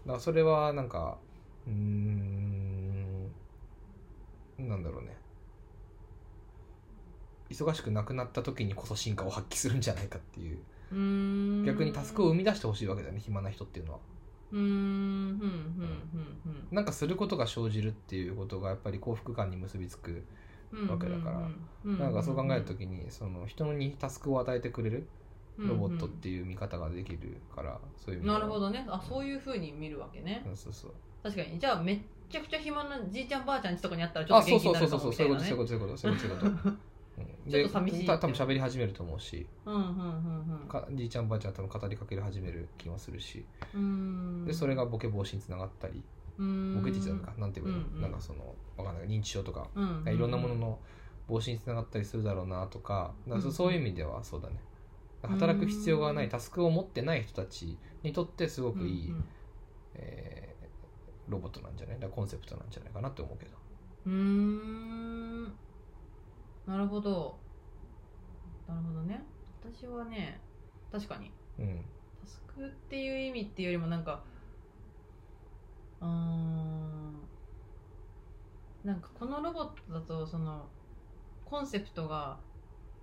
らそれはなんかうーんなんだろうね忙しくなくなった時にこそ進化を発揮するんじゃないかっていう
うーん
逆にタスクを生み出してほしいわけだよね暇な人っていうのは
うーんうんうんうん
なんかすることが生じるっていうことがやっぱり幸福感に結びつく
うんうん
わけだから
うん
なんかそう考える時にその人にタスクを与えてくれるロボットっていう見方ができるからそういう意
うんな
味では
るほどねあそういうふうに見るわけね
うんそうそう
確かにじゃあめっちゃくちゃ暇なじいちゃんばあちゃんちとかにあったらちょ
あ
っと
そう
元気に
そう
な
そう
る
そ
か
うそ
も
う
み
そ
たい
ういう
なね
ことそういうことそういうことそういうことそういうこと、うん、で
ちょっと寂しい
た多分喋り始めると思うし
うんうんうんうん
かじいちゃんばあちゃん多分語りかける始める気もするし
うーん
でそれがボケ防止につながったりボ
ボ
ケって言ってたのかなんていうの、
うんうん
なんかそのわかんない認知症とか
うんうん
いろんなものの防止につながったりするだろうなとかだからそ
うん
そういう意味ではそうだね
ん
働く必要がないタスクを持ってない人たちにとってす
う
ご
ん
く
うん
いい、えーロボットなんじゃないだからコンセプトなんじゃないかなって思うけど
うーんなるほどなるほどね私はね確かに
うん
タスクっていう意味っていうよりもなんかうーんなんかこのロボットだとそのコンセプトが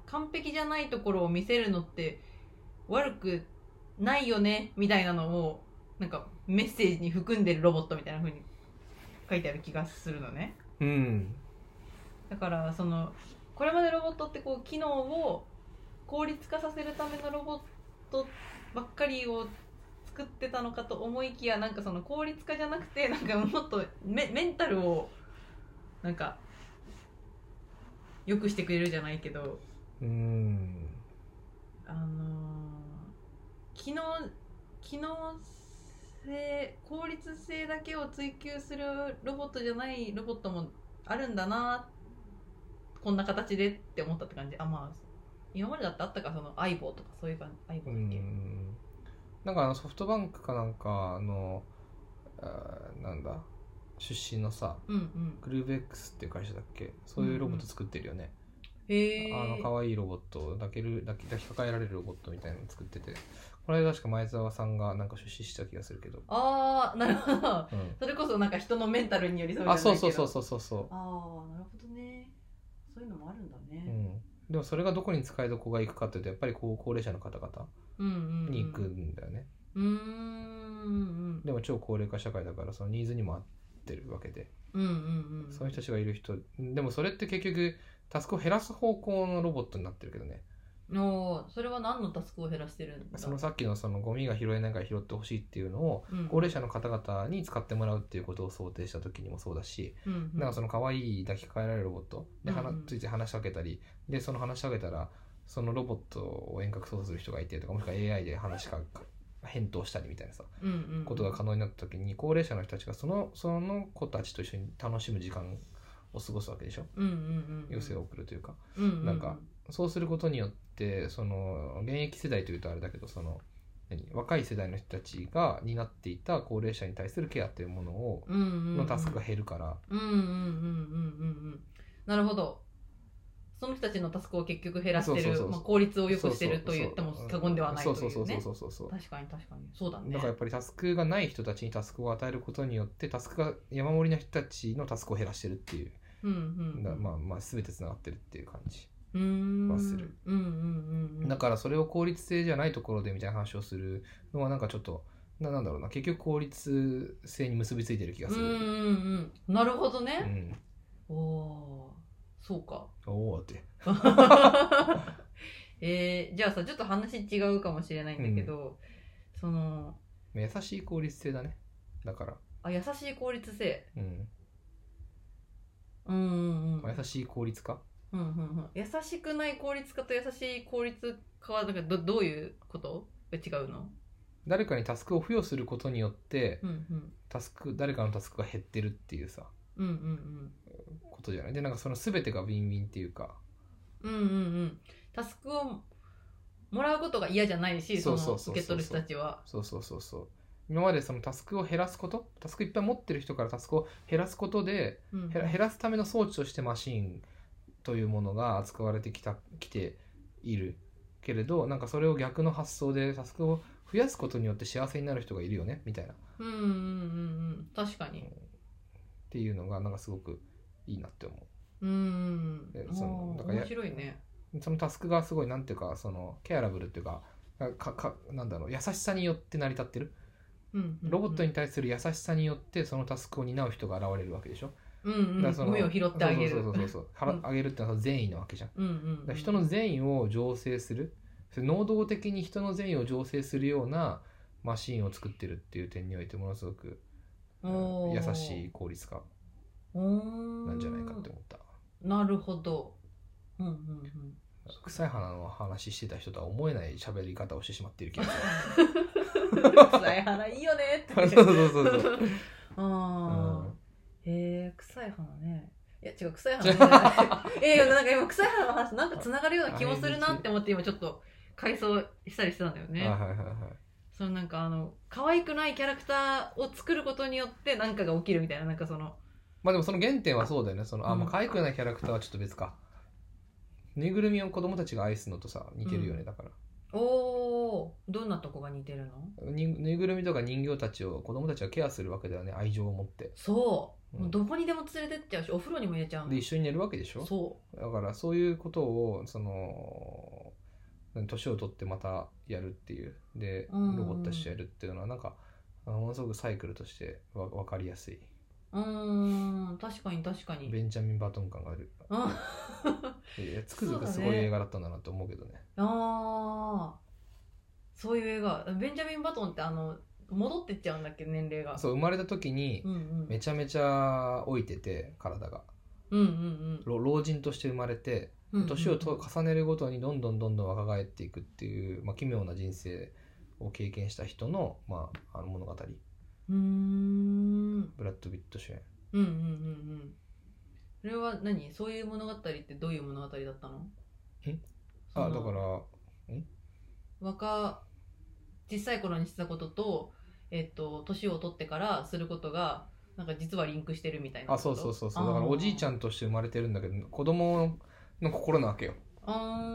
完璧じゃないところを見せるのって悪くないよねみたいなのをなんかメッセージに含んでるロボットみたいな風に書いてある気がするのね。
うん
だからそのこれまでロボットってこう機能を効率化させるためのロボットばっかりを作ってたのかと思いきやなんかその効率化じゃなくてなんかもっとメメンタルをなんか良くしてくれるじゃないけど
うん
あのー機能機能性効率性だけを追求するロボットじゃないロボットもあるんだなこんな形でって思ったって感じあまあ今までだってあったかその相棒とかそういう感じ相
う
棒だっけ
んなんかあのソフトバンクかなんかのあーなんだ出身のさ
うんうん
グルーベックスっていう会社だっけそういうロボット作ってるよね、
へえ
あの可愛いロボット抱ける抱き抱きかかえられるロボットみたいなの作っててこれ確か前澤さんがなんか出資した気がするけど、
あーなるほど
うん、
それこそなんか人のメンタルに寄り添うじゃ
あ
ないけど
そうそうそうそうそうそ
ああなるほどねそういうのもあるんだ
う、う
ね、
ん、でもそれがどこに使いどこが行くかっていうとやっぱりこう高齢者の方々
うん、うんうん
に行くんだよね、
うーん
でも超高齢化社会だからそのニーズにも合ってるわけで、
うんうんうんうん
そういう人たちがいる人でもそれって結局タスクを減らす方向のロボットになってるけどね
おーそれは何のタスクを減らしてるんだ
そのさっきのそのゴミが拾えないから拾ってほしいっていうのを
うん
高齢者の方々に使ってもらうっていうことを想定した時にもそうだし、
うんうん
なんかその可愛い抱きかえられるロボットで、話
うんうん
ついて話しかけたりでその話しかけたらそのロボットを遠隔操作する人がいてとかもしくは AI で話しか返答したりみたいなさ
うんうんうん
ことが可能になった時に高齢者の人たちがそのその子たちと一緒に楽しむ時間を過ごすわけでしょ
うんうんうん
余生を送るというか
うんうんうん
なんかそうすることによってその現役世代というとあれだけどその何若い世代の人たちが担っていた高齢者に対するケアというものを
うんうんうん
のタスクが減るから、
うんうんうんうんうんうんなるほどその人たちのタスクを結局減らして
そうそう
る
そう
まあ効率を良
そ
く
う
してると言っても
そう
過言ではないというね
そうそうそうそうそうそう
確かに確かにそうだね
だからやっぱりタスクがない人たちにタスクを与えることによってタスクが山盛りの人たちのタスクを減らしてるっていう、
うんうん
だ
うん
まあまあ全てつながってるっていう感じ、
うーん
はする
うんうんうんうん
だからそれを効率性じゃないところでみたいな話をするのはなんかちょっとななんだろうな結局効率性に結びついてる気がす
うん
る、
うんうんなるほど
う
ね、
ん
おおーそうか
おおって
*laughs* えーじゃあさちょっと話違うかもしれないんだけど、その
優しい効率性だねだから、
あ優しい効率性
うん
うんうんうん
優しい効率化
うんうんうん優しくない効率化と優しい効率化はなんかどどういうことが違うの
誰かにタスクを付与することによって
うんうん
タスク誰かのタスクが減ってるっていうさ
うんうん
ことじゃないでなんかその全てがウィンウィンっていうか
うんうんうんうんタスクをもらうことが嫌じゃないしそ
そ
の
うそ
受
うそ
け取
うそう
る人たちは
そうそうそうそう今までそのタスクを減らすことタスクいっぱい持ってる人からタスクを減らすことで
うん
減ら減らすための装置としてマシンというものが扱われてきたきているけれどなんかそれを逆の発想でタスクを増やすことによって幸せになる人がいるよねみたいなっ
うんうんうんうん確かに
ていうのがなんかすごくいいなって思
うん
でその
も
だ
う
からや
面白いね
うそのタスクがすごいなんていうかそのケアラブルっていうかかかなんだろう優しさによって成り立ってるロボットに対する優しさによってそのタスクを担う人が現れるわけでしょ
うんう
だから
ん
その
ゴミを拾ってあげる
そうそうそ
*laughs*
うそう払
うん
あげるってのは善意なわけじゃん
うんうん
だ
う
か
ん
ら人の善意を醸成するそれ能動的に人の善意を醸成するようなマシンを作ってるっていう点においてものすごくうん
おー
優しい効率化な
なん
じゃないかって思った
なるほどうんうんう
*laughs*
ん
臭い花の話してた人とは思えない喋り方をしてしまっている気がす
臭い花いいよねって
る *laughs* そうそう *laughs* そうそう
あ
うん
ーへえ臭い花ねいや違う臭い花じゃ
*laughs*
ないえーなんか今臭い花の話なんかつながるような気もするなって思って今ちょっと回想したりしてたんだよね
はいはいはいはい
そのなんかあの可愛くないキャラクターを作ることによって何かが起きるみたいななんかその
まあでもその原点はそうだよねそのあ、まあ、
うん
可愛くないキャラクターはちょっと別かぬいぐるみを子供たちが愛すのとさ似てるよね、
うん
だから
おおどんなとこが似てるの
にぬいぐるみとか人形たちを子供たちはケアするわけだよね愛情を持って
そう、
うん
もうどこにでも連れてっちゃうしお風呂にも入れちゃうの
で一緒に寝るわけでしょ
そ
だからそういうことをその年を取ってまたやるっていうで
うんうん
ロボットとしてやるっていうのはなんかあのものすごくサイクルとしてわ分かりやすいう
うーん確かに確かに
ベンジャミン・バトン感がある
うん *laughs*
いやつくづ
そうだ
く
ね
すごい映画だったんだなと思うけどね
あーそういう映画ベンジャミン・バトンってあの戻ってっちゃうんだっけ年齢が
そう生まれた時に
うんうん
めちゃめちゃ老いてて体が
うんうん
老老人として生まれて
うん
年をと重ねるごとにどんどんどんどん若返っていくっていう、まあ、奇妙な人生を経験した人の,、まあ、あの物語
うーん
ブラッド・ビット主演
うんうんうんうんそれは何そういう物語ってどういう物語だったの
え
その
あだから
若小さい頃にしてたこととえっと年を取ってからすることがなんか実はリンクしてるみたいな
あそうそうそうそうだからおじいちゃ
ん
んとして生まれてるんだけど子供の心なわけよ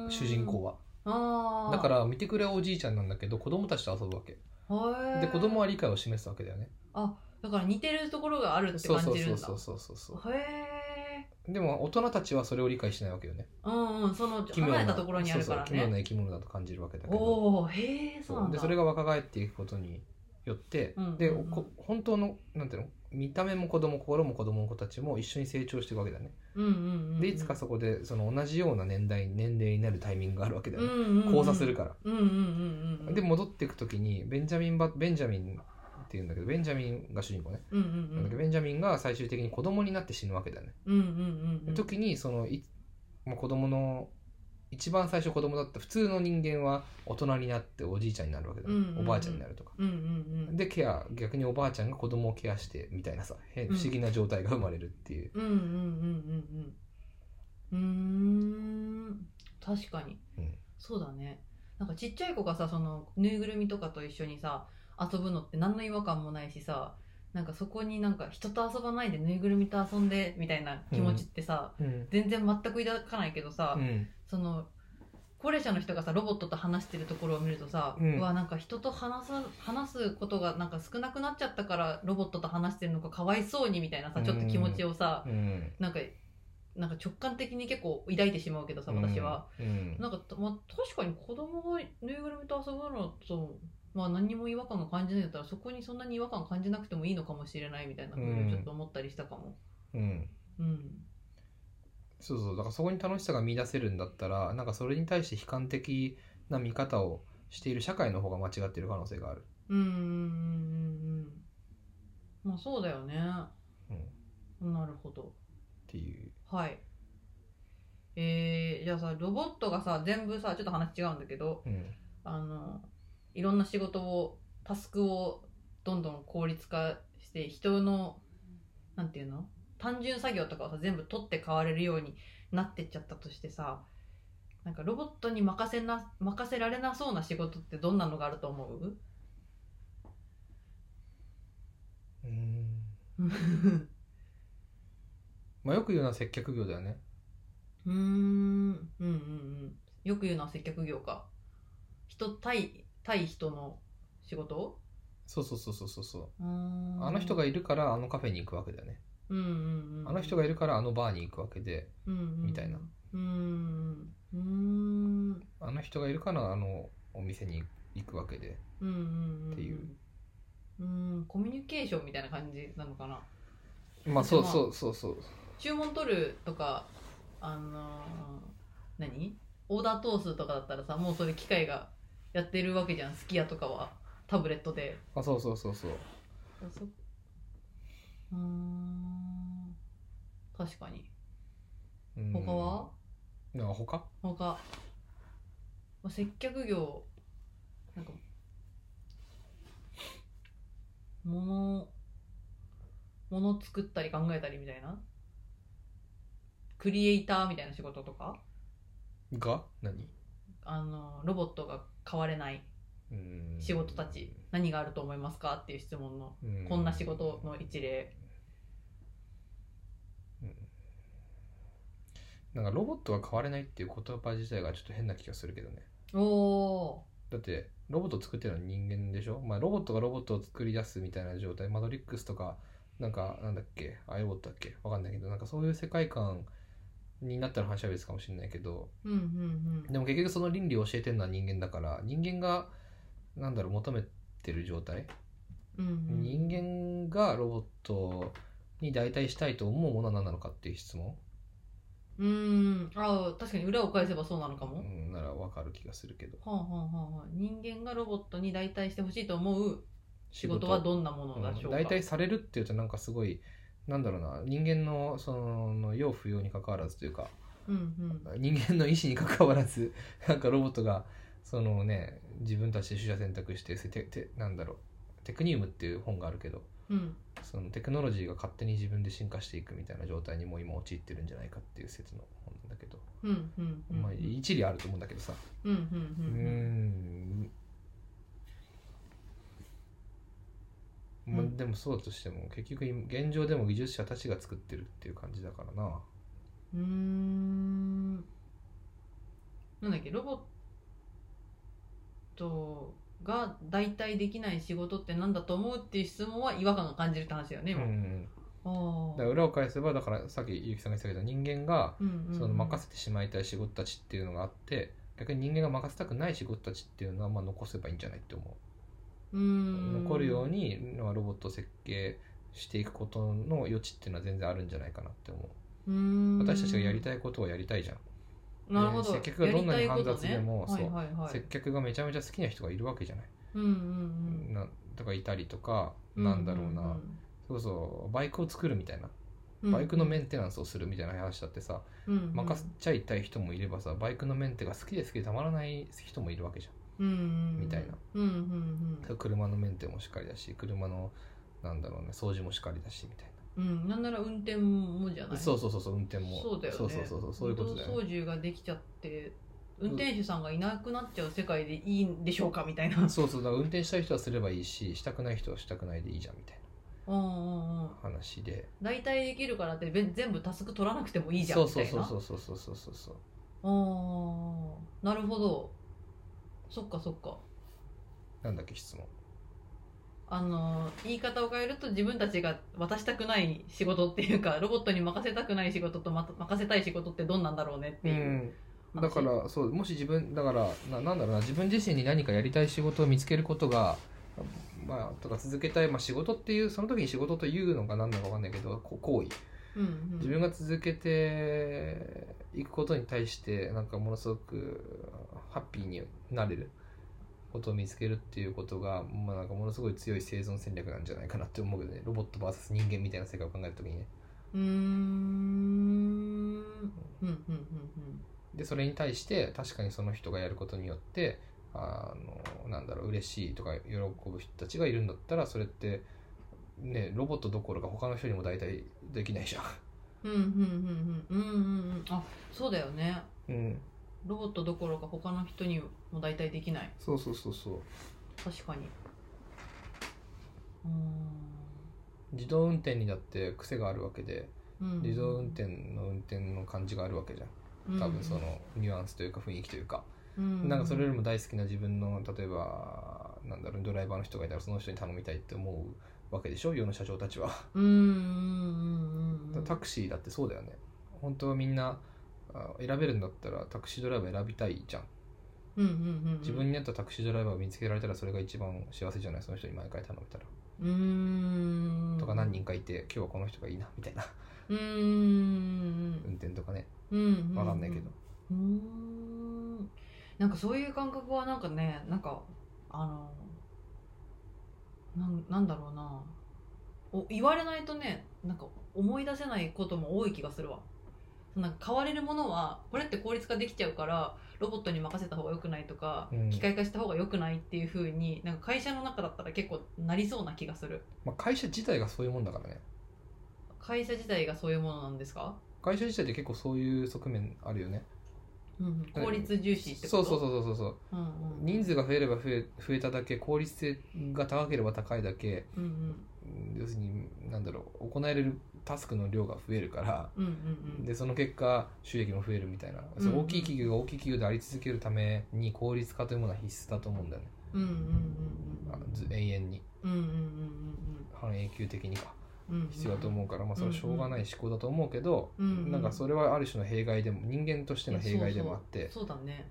主人公は
は
だから見てくれはおじいちゃんなんだけど子供たちと遊ぶわけ
ら
で子供
は
は理解を示すわけだよね
だから似てるところがあるって
そう
感
そう
じ
そ
るん
う
だ
そうそうそうそう
へえ
でも大人たちはそれを理解しないわけよね
うんうんその離れたところにあるから
そうそう奇妙
ね
な生き物だと感じるわけだけど
おおへえそうなんだ
でそれが若返っていくことによって、
うん
で
うんうん
こ本当のなんていうの見た目も子供心も子供の子たちも一緒に成長していくわけだね、
うんうんうんうん
でいつかそこでその同じような年代年齢になるタイミングがあるわけだよね、
交
交差するから、
うんうんうんうんうん
で戻っていく時にベンジャミンバ・ベンジャミンっていうんだけどベンジャミンが主人公ね、
うんう
なんだ
ん
けどベンジャミンが最終的に子供になって死ぬわけだよね、
うんうんうんうん
時にそのい、まあ、子供の一番最初子供だった普通の人間は大人になっておじいちゃんになるわけだ、ね
うんうんうん
おばあちゃんになるとか
うんうんうん
でケア逆におばあちゃんが子供をケアしてみたいなさ
う
変不
ん
思議な状態が生まれるっていう、
うんうんうんうんうんうーん確かに、
うん
そうだねなんかちっちゃい子がさそのぬいぐるみとかと一緒にさ遊ぶのって何の違和感もないしさなんかそこになんか人と遊ばないでぬいぐるみと遊んでみたいな気持ちってさ、
うん
全然全く抱かないけどさ、その高齢者の人がさロボットと話してるところを見るとさ、
う
うんわなんか人と話す話すことがなんか少なくなっちゃったからロボットと話してるのかかわいそうにみたいなさちょっと気持ちをさ、
うん
なんかなんか直感的に結構抱いてしまうけどさ私は、、
うん
なんか、まあ、確かに子供がぬいぐるみと遊ぶのと、まあ、何にも違和感が感じないんだったらそこにそんなに違和感感じなくてもいいのかもしれないみたいなふうにちょっと思ったりしたかも。
うん
うん
そうそうだからそこに楽しさが見出せるんだったらなんかそれに対して悲観的な見方をしている社会の方が間違ってる可能性がある、
うんうんうんうんうんまあそうだよね。
うん、っ
なるほど。
ていう
はい。えー、じゃあさ、ロボットがさ、全部さ、ちょっと話違うんだけど、
うん
あの、いろんな仕事を、タスクをどんどん効率化して、人の、なんていうの単純作業とかをさ、全部取って代われるようになってっちゃったとしてさ、なんかロボットに任せな、任せられなそうな仕事ってどんなのがあると思
*laughs*
う
うんまあ、よく言うのは接客業だよね
うーんうんうんうんよく言うのは接客業か人対対人の仕事
そうそうそうそうそうそ
う
う
ーん
あの人がいるからあのカフェに行くわけだよね
うんうんうん
あの人がいるからあのバーに行くわけで
うんうん
みたいな
うーんうーん
あの人がいるからあのお店に行くわけで
うんうんん
っていう
うーんコミュニケーションみたいな感じなのかな
まあ
でも
そうそうそうそう
注文取るとかあのー何オーダー通すとかだったらさもうそれ機械がやってるわけじゃんすき家とかはタブレットで
あそうそうそうそう
あそううーん確かに
うん
他は、
なんか他
他まあ接客業なんか物物作ったり考えたりみたいなクリエイターみたいな仕事とか
が何
あのロボットが変われない
うん
仕事たち何があると思いますかっていう質問の
う
こんな仕事の一例
なんかロボットが変われないっていう言葉自体がちょっと変な気がするけどね
おお
だってロボット作ってるのは人間でしょ、まあ、ロボットがロボットを作り出すみたいな状態マトリックスとかなんかなんだっけアイロボットだっけわかんないけどなんかそういう世界観になったら話は別かもしれないけど
ーうんうんうん
でも結局その倫理を教えてるのは人間だから人間がなんだろう求めてる状態、
うんうん
人間がロボットに代替したいと思うものは何なのかっていう質問、
うーんあー確かに裏を返せばそうなのかも、
うん、ならわかる気がするけど
はあはあはあはあ人間がロボットに代替してほしいと思う仕事はどんなものでしょうか、
大体されるっていうとなんかすごいなんだろうな人間のその要不要に関わらずというか
うんうん
人間の意思に関わらず *laughs* なんかロボットがそのね自分たちで取捨選択してせててなんだろうテクニウムっていう本があるけど
うん
そのテクノロジーが勝手に自分で進化していくみたいな状態にもう今陥ってるんじゃないかっていう説の本なんだけど、
うんうんうん
まあ一理あると思うんだけどさ
うんうんうん
うー
うん
んまあ
うん
でもそうだとしても結局現状でも技術者たちが作ってるっていう感じだからな
うーんなんだっけロボットが代替できない仕事ってなんだと思うっていう質問は違和感が感じるって話だよね
う
今、あ
んだ
あ
から裏を返せばだからさっき結城さんが言ってたけど人間が
うんうん
その任せてしまいたい仕事たちっていうのがあって逆に人間が任せたくない仕事たちっていうのはまあ残せばいいんじゃないって思う
うーん
残るようにまあロボットを設計していくことの余地っていうのは全然あるんじゃないかなって思う
うーん
私たちがやりた
い
いことをやりたいじゃん、
なるほど
接客がどんなに煩雑でも
やりたいことねはいはいはい
接客がめちゃめちゃ好きな人がいるわけじゃない、
うんうん
なとかいたりとか
うん
なんだろうな、
ん
そうそうバイクを作るみたいな
うん
バイクのメンテナンスをするみたいな話だってさ、
うんうん
任せちゃいたい人もいればさバイクのメンテが好きで好きでたまらない人もいるわけじゃん
うんうん
みたいな
うんうんうん
車のメンテもしっかりだし車のなんだろうね掃除もしっかりだしみたい
うん、なんなら運転もじゃ
な、
ない
そうそうそうそう運転も
そうだよね
そうそうそうそうそういうことだよ
自
ね
動操縦ができちゃって運転手さんがいなくなっちゃう世界でいいんでしょうかみたいなうん
そうそうだから運転したい人はすればいいししたくない人はしたくないでいいじゃんみたい
うんうん
な話で
大体できるからってべ全部タスク取らなくてもいいじゃん
そう
みた
そう
い
そう
な
そうそうそうそうそう
ああなるほどそっかそっか
なんだっけ質問
あの言い方を変えると自分たちが渡したくない仕事っていうかロ *laughs* ボットに任せたくない仕事とま任せたい仕事ってどんなんだろうねって
う
いう、
んだからそうもし自分だからななんだろうな自分自身に何かやりたい仕事を見つけることがまあとか続けたい、まあ、仕事っていうその時に仕事というのか何なのか分かんないけどこ行為
うんうん、
自分が続けていくことに対してなんかものすごくハッピーになれることを見つけるっていうことが、まあ、なんかものすごい強い生存戦略なんじゃないかなって思うけどねロボット VS 人間みたいな世界を考える時にね
うーんうんうんうんうん
でそれに対して確かにその人がやることによってあのなんだろう嬉しいとか喜ぶ人たちがいるんだったらそれってねロボットどころか他の人にも大体できないじゃん。
うんうんうんうんうんうんうんあそうだよね
うん、
ロボットどころか他の人にも代替できない
そうそうそうそう
確かにうーん
自動運転にだって癖があるわけで
うん
自動運転の運転の感じがあるわけじゃん多分そのニュアンスというか雰囲気というか、
うん
なんかそれよりも大好きな自分の例えばなんだろうドライバーの人がいたらその人に頼みたいって思うわけでしょ世の社長たちは、
うんうんうんうんうん
タクシーだってそうだよね本当はみんなあ選べるんだったらタクシードライバー選びたいじゃん
うんうんうんうん
自分に合ったタクシードライバーを見つけられたらそれが一番幸せじゃないその人に毎回頼めたら、
うーん
とか何人かいて今日はこの人がいいなみたいな
うーん
運転とかね
うんうん
わかんないけど、
うーんなんかそういう感覚はなんかねなんかあのなんなんだろうなお言われないとねなんか思い出せないことも多い気がするわなんか買われるものはこれって効率化できちゃうからロボットに任せた方が良くないとか、
うん
機械化した方が良くないっていう風になんか会社の中だったら結構なりそうな気がする
まあ、会社自体がそういうもんだからね
会社自体がそういうものなんですか、
会社自体って結構そういう側面あるよね
うんうん、効率重視って
そ
こ
う
と
そうそうそうそう
うんうん
人数が増えれば増え増えただけ効率性が高ければ高いだけ
うんうん
うん要するになんだろう行えるタスクの量が増えるから
うんうんうん
でその結果収益も増えるみたいな、そう
うん
大きい企業が大きい企業であり続けるために効率化というものは必須だと思うんだよね
うんうん
あず永遠に
うんうんうんうん
半永久的にか
うんうん
必要だと思うから、まあ、それはしょうがない思考だと思うけど、
うんうん
なんかそれはある種の弊害でも人間としての弊害でもあって
そうそうそうだね、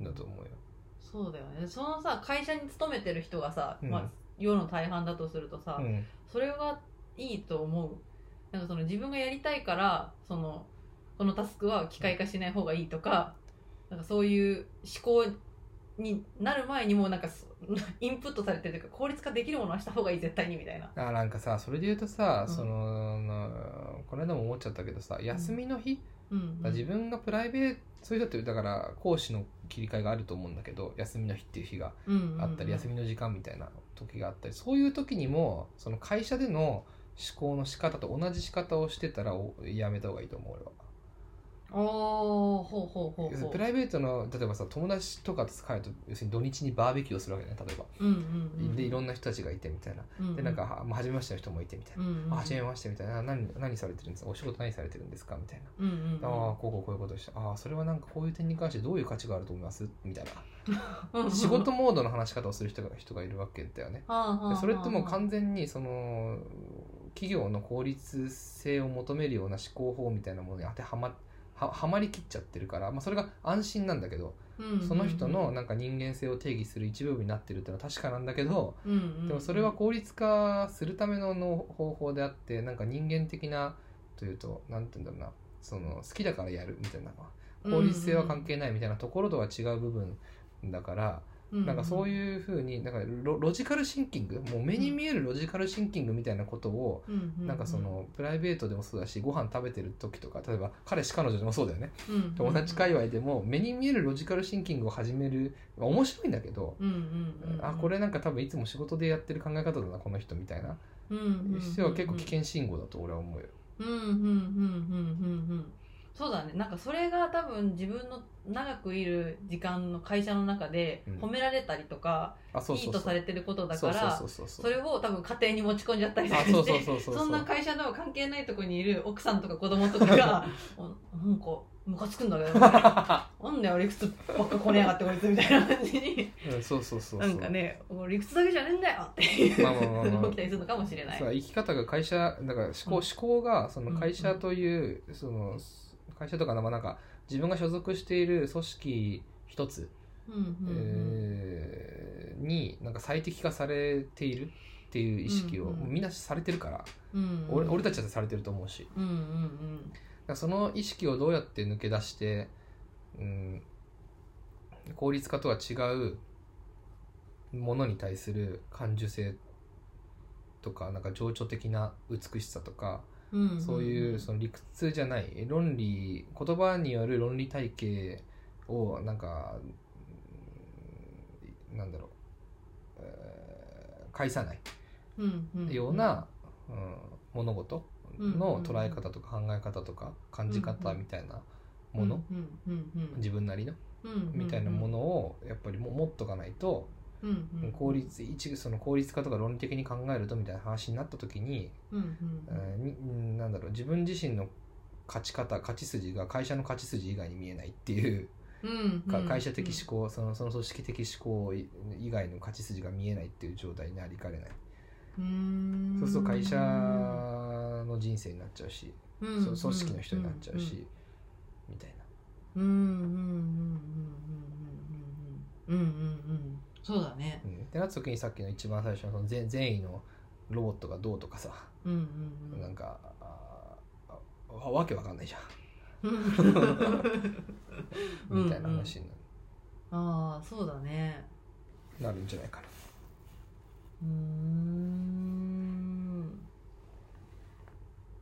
うん、
だと思うよ。
そうだよねそのさ会社に勤めてる人がさ、
うん
まあ、世の大半だとするとさ、
うん
それがいいと思うなんかその自分がやりたいからそのこのタスクは機械化しない方がいいとかなんかそういう思考になる前にもうなんかそ *laughs* インプットされてるというか効率化できるものはした方がいい絶対にみたいな
あなんかさそれで言うとさ、
うん
そのなこの間も思っちゃったけどさ休みの日、
うんうん
自分がプライベートそういう人ってだから講師の切り替えがあると思うんだけど休みの日っていう日があったり、休みの時間みたいな時があったりそういう時にもその会社での思考の仕方と同じ仕方をしてたらおやめた方がいいと思う俺は。
おーほうほうほ
要
う
する
ほ
に
う
プライベートの例えばさ友達とかと使うと要するに土日にバーベキューをするわけね例えば、
うんうんうん
でいろんな人たちがいてみたいな
うん
でなんかはまあ初めましての人もいてみたい
うんう
な、
ん
あ初めましてみたいな何何されてるんですかお仕事何されてるんですかみたいな
うんうん
ああこうこうこういうことしてああそれはなんかこういう点に関してどういう価値があると思いますみたい
うんう
なん仕事モードの話し方をする人が人がいるわけだよね
はあはあはあ
でそれってもう完全にその企業の効率性を求めるような思考法みたいなものに当てはまははまりきっちゃってるから、まあ、それが安心なんだけどその人のなんか人間性を定義する一部になってるっていうのは確かなんだけど
うんうんうん
でもそれは効率化するためのの方法であってなんか人間的なというと何て言うんだろうなその好きだからやるみたいな効率性は関係ないみたいなところとは違う部分だから、
うう
なんかそう
う
いうふうになんかロロジカルシンキングもう目に見えるロジカルシンキングみたいなことを、
うう
なんかそのプライベートでもそうだしご飯食べてる時とか例えば彼氏彼女でもそうだよね
うんうんうん
友達界隈でも目に見えるロジカルシンキングを始める、まあ面白いんだけど、
うんうんうん
あこれなんか多分いつも仕事でやってる考え方だなこの人みたいな
うんうんうん
人は結構危険信号だと俺は思うよ。
うんうんうんうんうんうんそうだねなんかそれが多分自分の長くいる時間の会社の中で
うん
褒められたりとか、
あそう
い
そ
いうと
そ
さ
う
れてることだから
そうそうそう
それを多分家庭に持ち込んじゃったりとか
あ
して
そうそうそうそう
そんな会社の関係ないとこにいる奥さんとか子供とか
*laughs*
が「おなんかムカつくんだけど」なんだよ理屈ばっかこねやがってこいつ」みたいな感じに
*laughs* うんそうそうそう
な
そう
んかね「お理屈だけじゃねえんだよ」っていう
まあまあまあまあ
の起きたりするのかもしれない。
そう生き方が会社だから思考,、
うん
思考がその会社という、その会社とかな,、まあ、なんか自分が所属している組織一つ、
うんうん
えーになんか最適化されているっていう意識を、
うんうん
もうみんなされてるから、
うん
俺俺たちだってされてると思うしだか
うんうんうん
らその意識をどうやって抜け出して、うん、効率化とは違うものに対する感受性とかなんか情緒的な美しさとか、
うんうん
そういうその理屈じゃない論理言葉による論理体系をなんかうんなんだろう、えー介さない
うんうん
ような、うん物事の捉え方とか考え方とか感じ方みたいなもの、
うんうん
自分なりの
うんうん
みたいなものをやっぱりも持っとかないと
うんうんうん
効率一その効率化とか論理的に考えるとみたいな話になった時に
うんうん
えーにうんなんだろう自分自身の勝ち方勝ち筋が会社の勝ち筋以外に見えないっていう
うん
か会社的思考、そのその組織的思考い以外の勝ち筋が見えないっていう状態になりかねない、
うん
そうすると会社の人生になっちゃうし、
うん
そ組織の人になっちゃうし、みたいな
うんうんうんうんうんうんうんうんうんうんそうだね、
うん、ってなった時にさっきの一番最初のその善善意のロボットがどうとかさ、
うんうん
なんかあーあわけわかんないじゃ
うん
んみたいな話に
ああそうだね
なるんじゃないかな。
うーん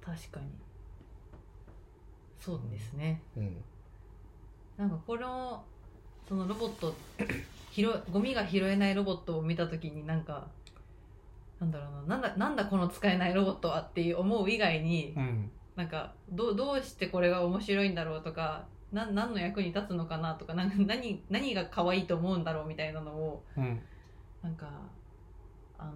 確かにそうですね、
うん
なんかこのそのロボット *coughs* 拾えゴミが拾えないロボットを見た時になんかなんだろうななんだなんだこの使えないロボットはっていう思う以外に
うん
なんかどうどうしてこれが面白いんだろうとかな何の役に立つのかなとかなんか何何が可愛いと思うんだろうみたいなのを
うん。
なんかあの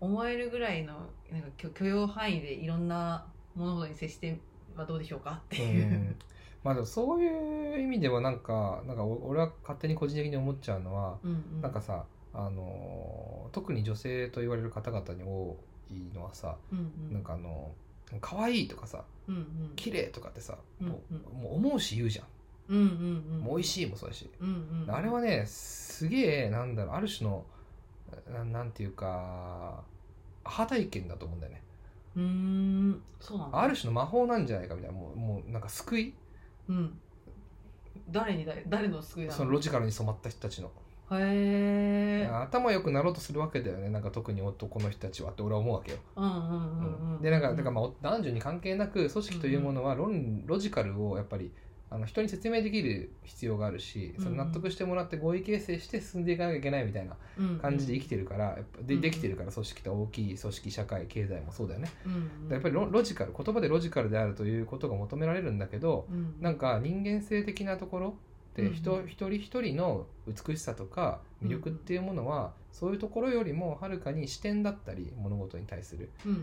思えるぐらいのなんか許許容範囲でいろんな物事に接してはどうでしょうかっていううん
まあでもそういう意味ではなんかなんかお俺は勝手に個人的に思っちゃうのは、
うんうん
なんかさあのー特に女性と言われる方々に多いのはさ、
うんうん
なんかあの可愛いとかさ
うんうん
綺麗とかってさ、も
う
う
ん
もう思うし言うじゃん、
うんうんうん
もう美味
い、
しいもそうだし、
うんうんうん、
あれはねすげえなんだろうある種のななんていうかアハ体験だと思うんだよね
うーんそうなんだ
ある種の魔法なんじゃないかみたいなもうもうなんか救い
うん誰にだ誰の救いなの
そのロジカルに染まった人たちの
へえ
頭良くなろうとするわけだよねなんか特に男の人たちはって俺は思うわけよ、
うんうんうんうん
でなんかだからまあお男女に関係なく組織というものは論、ロジカルをやっぱりあの人に説明できる必要があるしその納得してもらって合意形成して進んでいかなきゃいけないみたいな
うん
感じで生きてるからやっぱで
うん
できてるから組織って大きい組織社会経済もそうだよね
うん
だからやっぱりロロジカル言葉でロジカルであるということが求められるんだけど
うん
なんか人間性的なところ
う
で
ん
人一人一人の美しさとか魅力っていうものはそういうところよりもはるかに視点だったり物事に対する
うんうん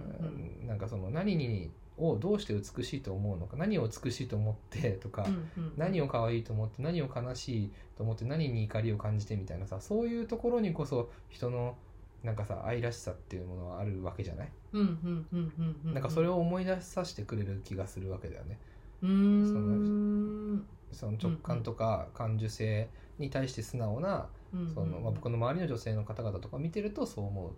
うんうん
なんかその何にをどうして美しいと思うのか何を美しいと思ってとか、
うんうん
何を可愛いと思って何を悲しいと思って何に怒りを感じてみたいなさそういうところにこそ人のなんかさ愛らしさっていうものはあるわけじゃない、
うんうんうんうんうん
なんかそれを思い出させてくれる気がするわけだよね
うーん
その直感とか感受性に対して素直な、そのまあ、僕の周りの女性の方々とか見てるとそう思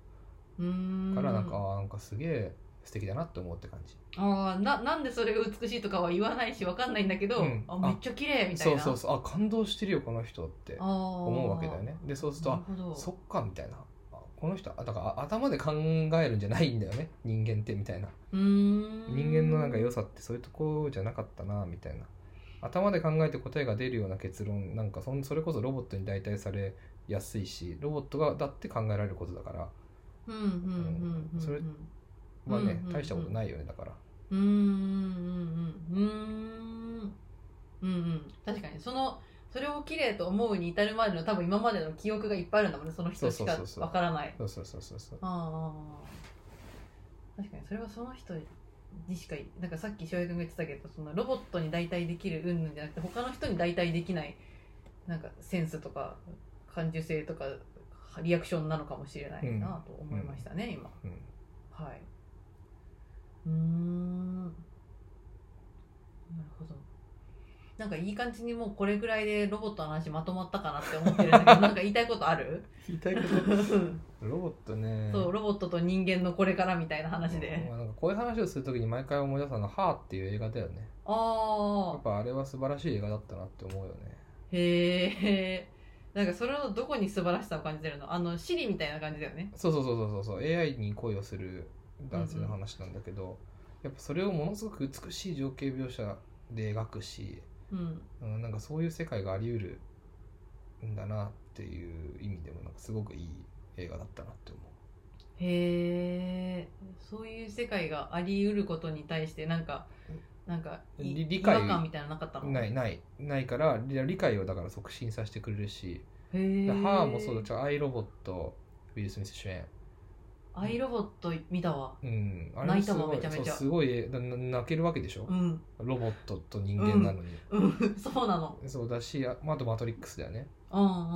う
か
からなんか、あーなんかすげえ素敵だなって思うって感じ
あーななんでそれが美しいとかは言わないしわかんないんだけど、
うん
あ
あ
めっちゃ綺麗みたい
そ
な
うそうそうあ感動してるよこの人って思
思
うわけだよねでそうするとあそっ
っ
かみたいなあこの人あだからあ頭で考えるんじゃないんだよね人間ってみたいな人
人
間のなんか良
さ
さってそういうとこじゃなかったなみたいな頭で考えて答えが出るような結論なんかそんそれこそロボットに代替されやすいしロボットがだって考えられることだから
うんうんうんうんうん
それまあね、
うんうんうん
大したことないよねだから
うーんうんうんうんうんうんうん確かにそのそれを綺麗と思うに至るまでの多分今までの記憶がいっぱいあるんだもんねその人し
そう
か
そうそうそう
わからない
そうそうそうそうそう
ああ確かにそれはその人にしかいなんかさっき翔平君が言ってたけどそのロボットに代替できる云々じゃなくて他の人に代替できないなんかセンスとか感受性とかリアクションなのかもしれないなと思いましたね、今
うん
はいうーんなるほどなんかいい感じにもうこれぐらいでロボットの話まとまったかなって思ってるんだけ
*laughs*
どなんか言いたいことある
言いたいことロボットね
そうロボットと人間のこれからみたいな話で、
うんまあなんかこういう話をするときに毎回思い出すのは「ハーっていう映画だよねや
ああ
っぱあれは素晴らしい映画だったなって思うよね
へえなんかそれのどこに素晴らしさを感じてるのあのシリみたいな感じだよね
そうそうそうそうそうそう AI に恋をする男性の話なんだけど、やっぱそれをものすごく美しい情景描写で描くし、
うん
うん、なんかそういう世界があり得るんだなっていう意味でもなんかすごくいい映画だったなって思
へえそういう世界があり得ることに対してなんかなんかい
理理解
違和感みたいなのなかったの
うないないないから理理解をだから促進させてくれるし
へ
「
え
ハーもそうだし「アイロボット」ウィル・スミス主演
アイロボット見たわ
うんあれも
泣い
す
たもん
ごい
めちゃめちゃ
そうすごいなな泣けるわけでしょ、
うん
ロボットと人間なのに、
うん *laughs* そうなの
そうだしあまああと「マトリックス」だよね
うんうんうん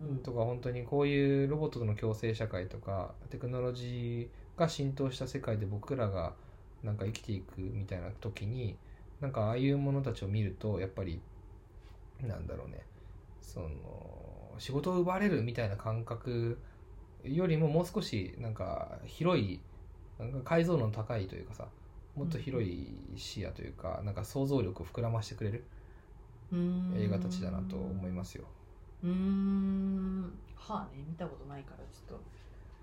うんうん
とか本当にこういうロボットとの共生社会とかテクノロジーが浸透した世界で僕らがなんか生きていくみたいな時になんかああいうものたちを見るとやっぱりなんだろうねその仕事を奪われるみたいな感覚よりももう少しなんか広いなんか解像度の高いというかさもっと広い視野というか、なんか想像力を膨らましてくれる
うーん
映画たちだなと思いますよ。
うーんはあね見たことないからちょっと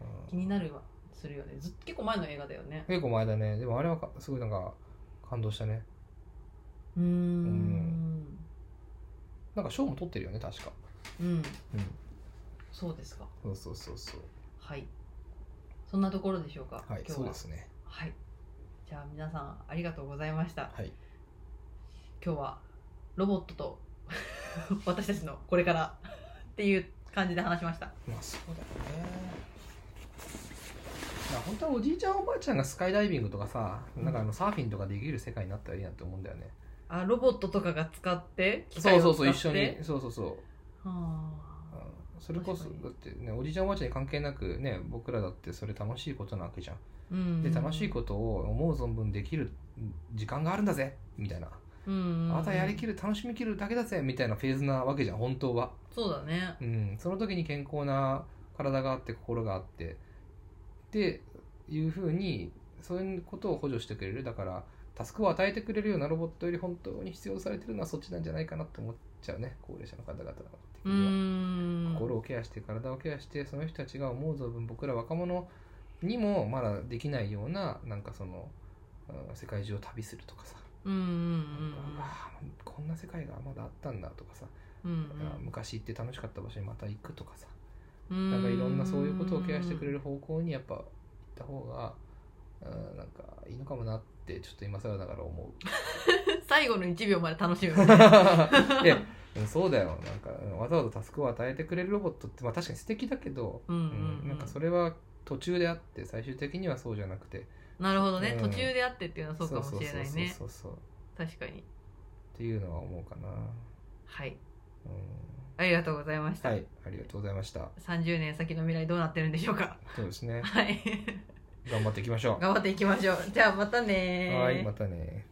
うん
気になるはするよねずっ結構前の映画だよね
結構前だねでもあれはかすごいなんか感動したね
うーん
なんか賞も取ってるよね確か
うん
うん
そうですか
そうそうそうそう
はいそんなところでしょうか、
は
今
い
日
そう
は
ですね
はいじゃあ皆さんありがとうございました
はい
今日はロボットと *laughs* 私たちのこれからっていう感じで話しました
まあそうだよねまあ本当はおじいちゃんおばあちゃんがスカイダイビングとかさ、なんかあのサーフィンとかできる世界になったらいいなって思うんだよね
あロボットとかが使って機
そ
械
うそ
を
う
使
そう
って
一緒にそうそうそう
はあ
うんそれこそだ
確か
ってねおじいちゃんおばあちゃんに関係なくね僕らだってそれ楽しいことなわけじゃん
うん
で楽しいことを思う存分できる時間があるんだぜみたいな
と、うんうん
あなたやりきる楽しみきるだけだぜみたいなフェーズなわけじゃん本当は、
そうだね
うん、その時に健康な体があって心があってっていうふうにそういうことを補助してくれるだからタスクを与えてくれるようなロボットより本当に必要とされてるのはそっちなんじゃないかなって思っちゃうね高齢者の方々の的
うー
には、
ん
心をケアして体をケアしてその人たちが思う存分僕ら若者にもまだできないようななんかその、うん世界中を旅するとかさ
うんうん
あーこんな世界がまだあったんだとかさ、
うんうん
だから昔行って楽しかった場所にまた行くとかさ、
うん
なんかいろんなそういうことをケアしてくれる方向にやっぱ行った方が、うん、なんかいいのかもなってちょっと今更ながら思う
*laughs* 最後の1秒まで楽し
*laughs*
む
いやうんそうだよなんかうんわざわざタスクを与えてくれるロボットって、まあ、確かに素敵だけど、
うんうん
うんなんかそれは途中であって最終的にはそうじゃなくて
なるほどね、
う
途
ん
中であってっていうのはそうかもしれないね
そうそうそうそうそう
確かに
っていうのは思うかな、
はい
うん
ありがとうございました、
はいありがとうございました
30年先の未来どうなってるんでしょうか
そうですね
はい *laughs*
頑張っていきましょう
頑張っていきましょうじゃあまたねー
はいまたね